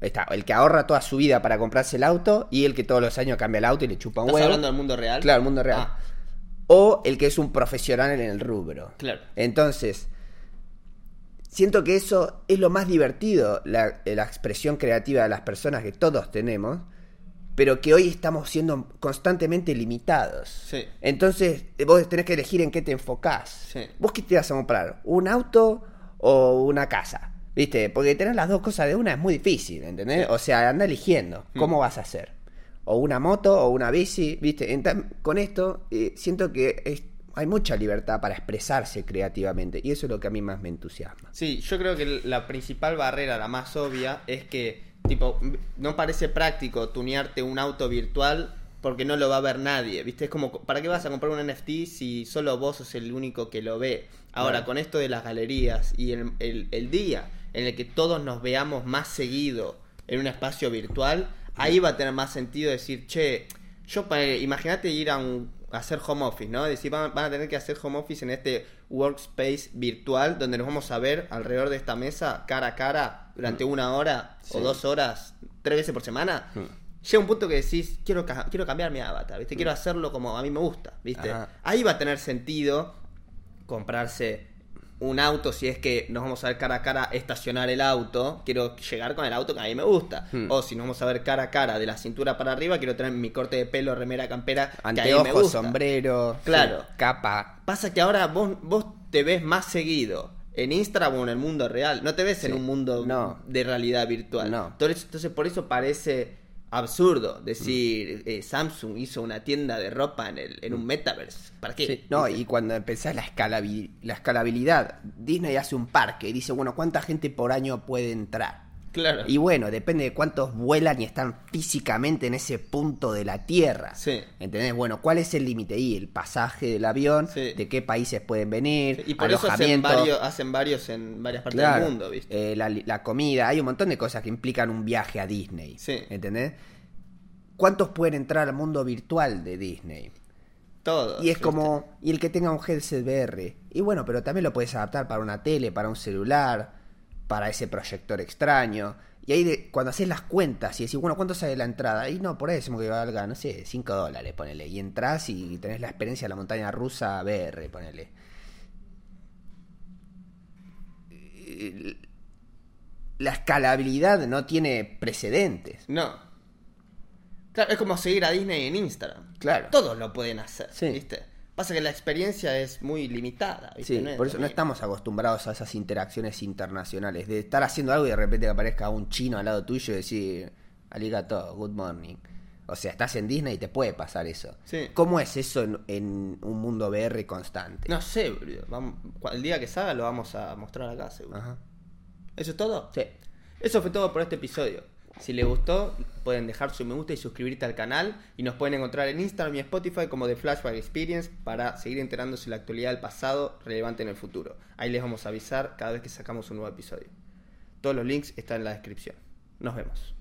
Speaker 2: Está el que ahorra toda su vida para comprarse el auto y el que todos los años cambia el auto y le chupa un
Speaker 1: ¿Estás
Speaker 2: huevo.
Speaker 1: hablando del mundo real?
Speaker 2: Claro, el mundo real.
Speaker 1: Ah,
Speaker 2: O el que es un profesional en el rubro.
Speaker 1: Claro.
Speaker 2: Entonces, siento que eso es lo más divertido, la, la expresión creativa de las personas que todos tenemos, pero que hoy estamos siendo constantemente limitados.
Speaker 1: Sí.
Speaker 2: Entonces, vos tenés que elegir en qué te enfocás.
Speaker 1: Sí.
Speaker 2: ¿Vos qué te vas a comprar? ¿Un auto o una casa? ¿Viste? Porque tener las dos cosas de una es muy difícil, ¿entendés? O sea, anda eligiendo
Speaker 1: Mm.
Speaker 2: cómo vas a hacer. O una moto o una bici, ¿viste? En tan- con esto eh, siento que es- hay mucha libertad para expresarse creativamente y eso es lo que a mí más me entusiasma.
Speaker 1: Sí, yo creo que la principal barrera, la más obvia, es que, tipo, no parece práctico tunearte un auto virtual porque no lo va a ver nadie, ¿viste? Es como, ¿para qué vas a comprar un NFT si solo vos sos el único que lo ve? Ahora, con esto de las galerías y el, el- el día en el que todos nos veamos más seguido en un espacio virtual, ahí va a tener más sentido decir, che, yo, pa- eh, imagínate ir a un a hacer home office, ¿no? Decir, van, van a tener que hacer home office en este workspace virtual donde nos vamos a ver alrededor de esta mesa cara a cara durante una hora o dos horas, tres veces por semana. Llega un punto que decís, quiero, ca- quiero cambiar mi avatar, ¿viste? Quiero hacerlo como a mí me gusta, ¿viste?
Speaker 2: Ajá.
Speaker 1: Ahí va a tener sentido comprarse un auto si es que nos vamos a ver cara a cara estacionar el auto quiero llegar con el auto que a mí me gusta
Speaker 2: Hmm.
Speaker 1: o si nos vamos a ver cara a cara de la cintura para arriba quiero tener mi corte de pelo remera campera que a mí me
Speaker 2: Anteojos,
Speaker 1: gusta
Speaker 2: sombrero,
Speaker 1: Claro.
Speaker 2: sí, capa.
Speaker 1: pasa que ahora vos vos te ves más seguido en Instagram o en el mundo real no te ves en
Speaker 2: Sí.
Speaker 1: un mundo
Speaker 2: No.
Speaker 1: de realidad virtual
Speaker 2: No.
Speaker 1: entonces, entonces por eso parece absurdo decir
Speaker 2: Hmm.
Speaker 1: eh, Samsung hizo una tienda de ropa en el en un metaverse para qué
Speaker 2: Sí, no, y cuando empezás la, escalabi- la escalabilidad, Disney hace un parque y dice, bueno, ¿cuánta gente por año puede entrar?
Speaker 1: claro
Speaker 2: Y bueno, depende de cuántos vuelan y están físicamente en ese punto de la Tierra.
Speaker 1: Sí.
Speaker 2: ¿Entendés? Bueno, ¿cuál es el límite? Y el pasaje del avión,
Speaker 1: Sí.
Speaker 2: de qué países pueden venir,
Speaker 1: Y por eso hacen
Speaker 2: alojamiento.
Speaker 1: varios, hacen varios en varias partes
Speaker 2: Claro.
Speaker 1: del mundo, ¿viste?
Speaker 2: Eh, la, la comida, hay un montón de cosas que implican un viaje a Disney.
Speaker 1: Sí.
Speaker 2: ¿Entendés? ¿Cuántos pueden entrar al mundo virtual de Disney?
Speaker 1: Todo.
Speaker 2: Y es
Speaker 1: ¿viste?
Speaker 2: como, y el que tenga un headset VR. Y bueno, pero también lo puedes adaptar para una tele, para un celular, para ese proyector extraño. Y ahí de- cuando haces las cuentas y decís, bueno, ¿cuánto sale la entrada? Y no, por ahí decimos que valga, no sé, 5 dólares, ponele. Y entras y tenés la experiencia de la montaña rusa VR, ponele. La escalabilidad no tiene precedentes.
Speaker 1: No. Claro, es como seguir a Disney en Instagram.
Speaker 2: Claro.
Speaker 1: Todos lo pueden hacer,
Speaker 2: Sí.
Speaker 1: ¿viste? Pasa que la experiencia es muy limitada, ¿viste?
Speaker 2: Sí,
Speaker 1: es
Speaker 2: por eso
Speaker 1: lo
Speaker 2: no
Speaker 1: mismo.
Speaker 2: estamos acostumbrados a esas interacciones internacionales. De estar haciendo algo y de repente que aparezca un chino al lado tuyo y decir, Aligato, good morning. O sea, estás en Disney y te puede pasar eso.
Speaker 1: Sí.
Speaker 2: ¿Cómo es eso en, en un mundo VR constante?
Speaker 1: No sé, boludo. Vamos- cu- el día que salga lo vamos a mostrar acá, seguro.
Speaker 2: Ajá.
Speaker 1: ¿Eso es todo?
Speaker 2: Sí.
Speaker 1: Eso fue todo por este episodio. Si les gustó, pueden dejar su me gusta y suscribirte al canal. Y nos pueden encontrar en Instagram y Spotify como The Flashback Experience para seguir enterándose de la actualidad del pasado relevante en el futuro. Ahí les vamos a avisar cada vez que sacamos un nuevo episodio. Todos los links están en la descripción. Nos vemos.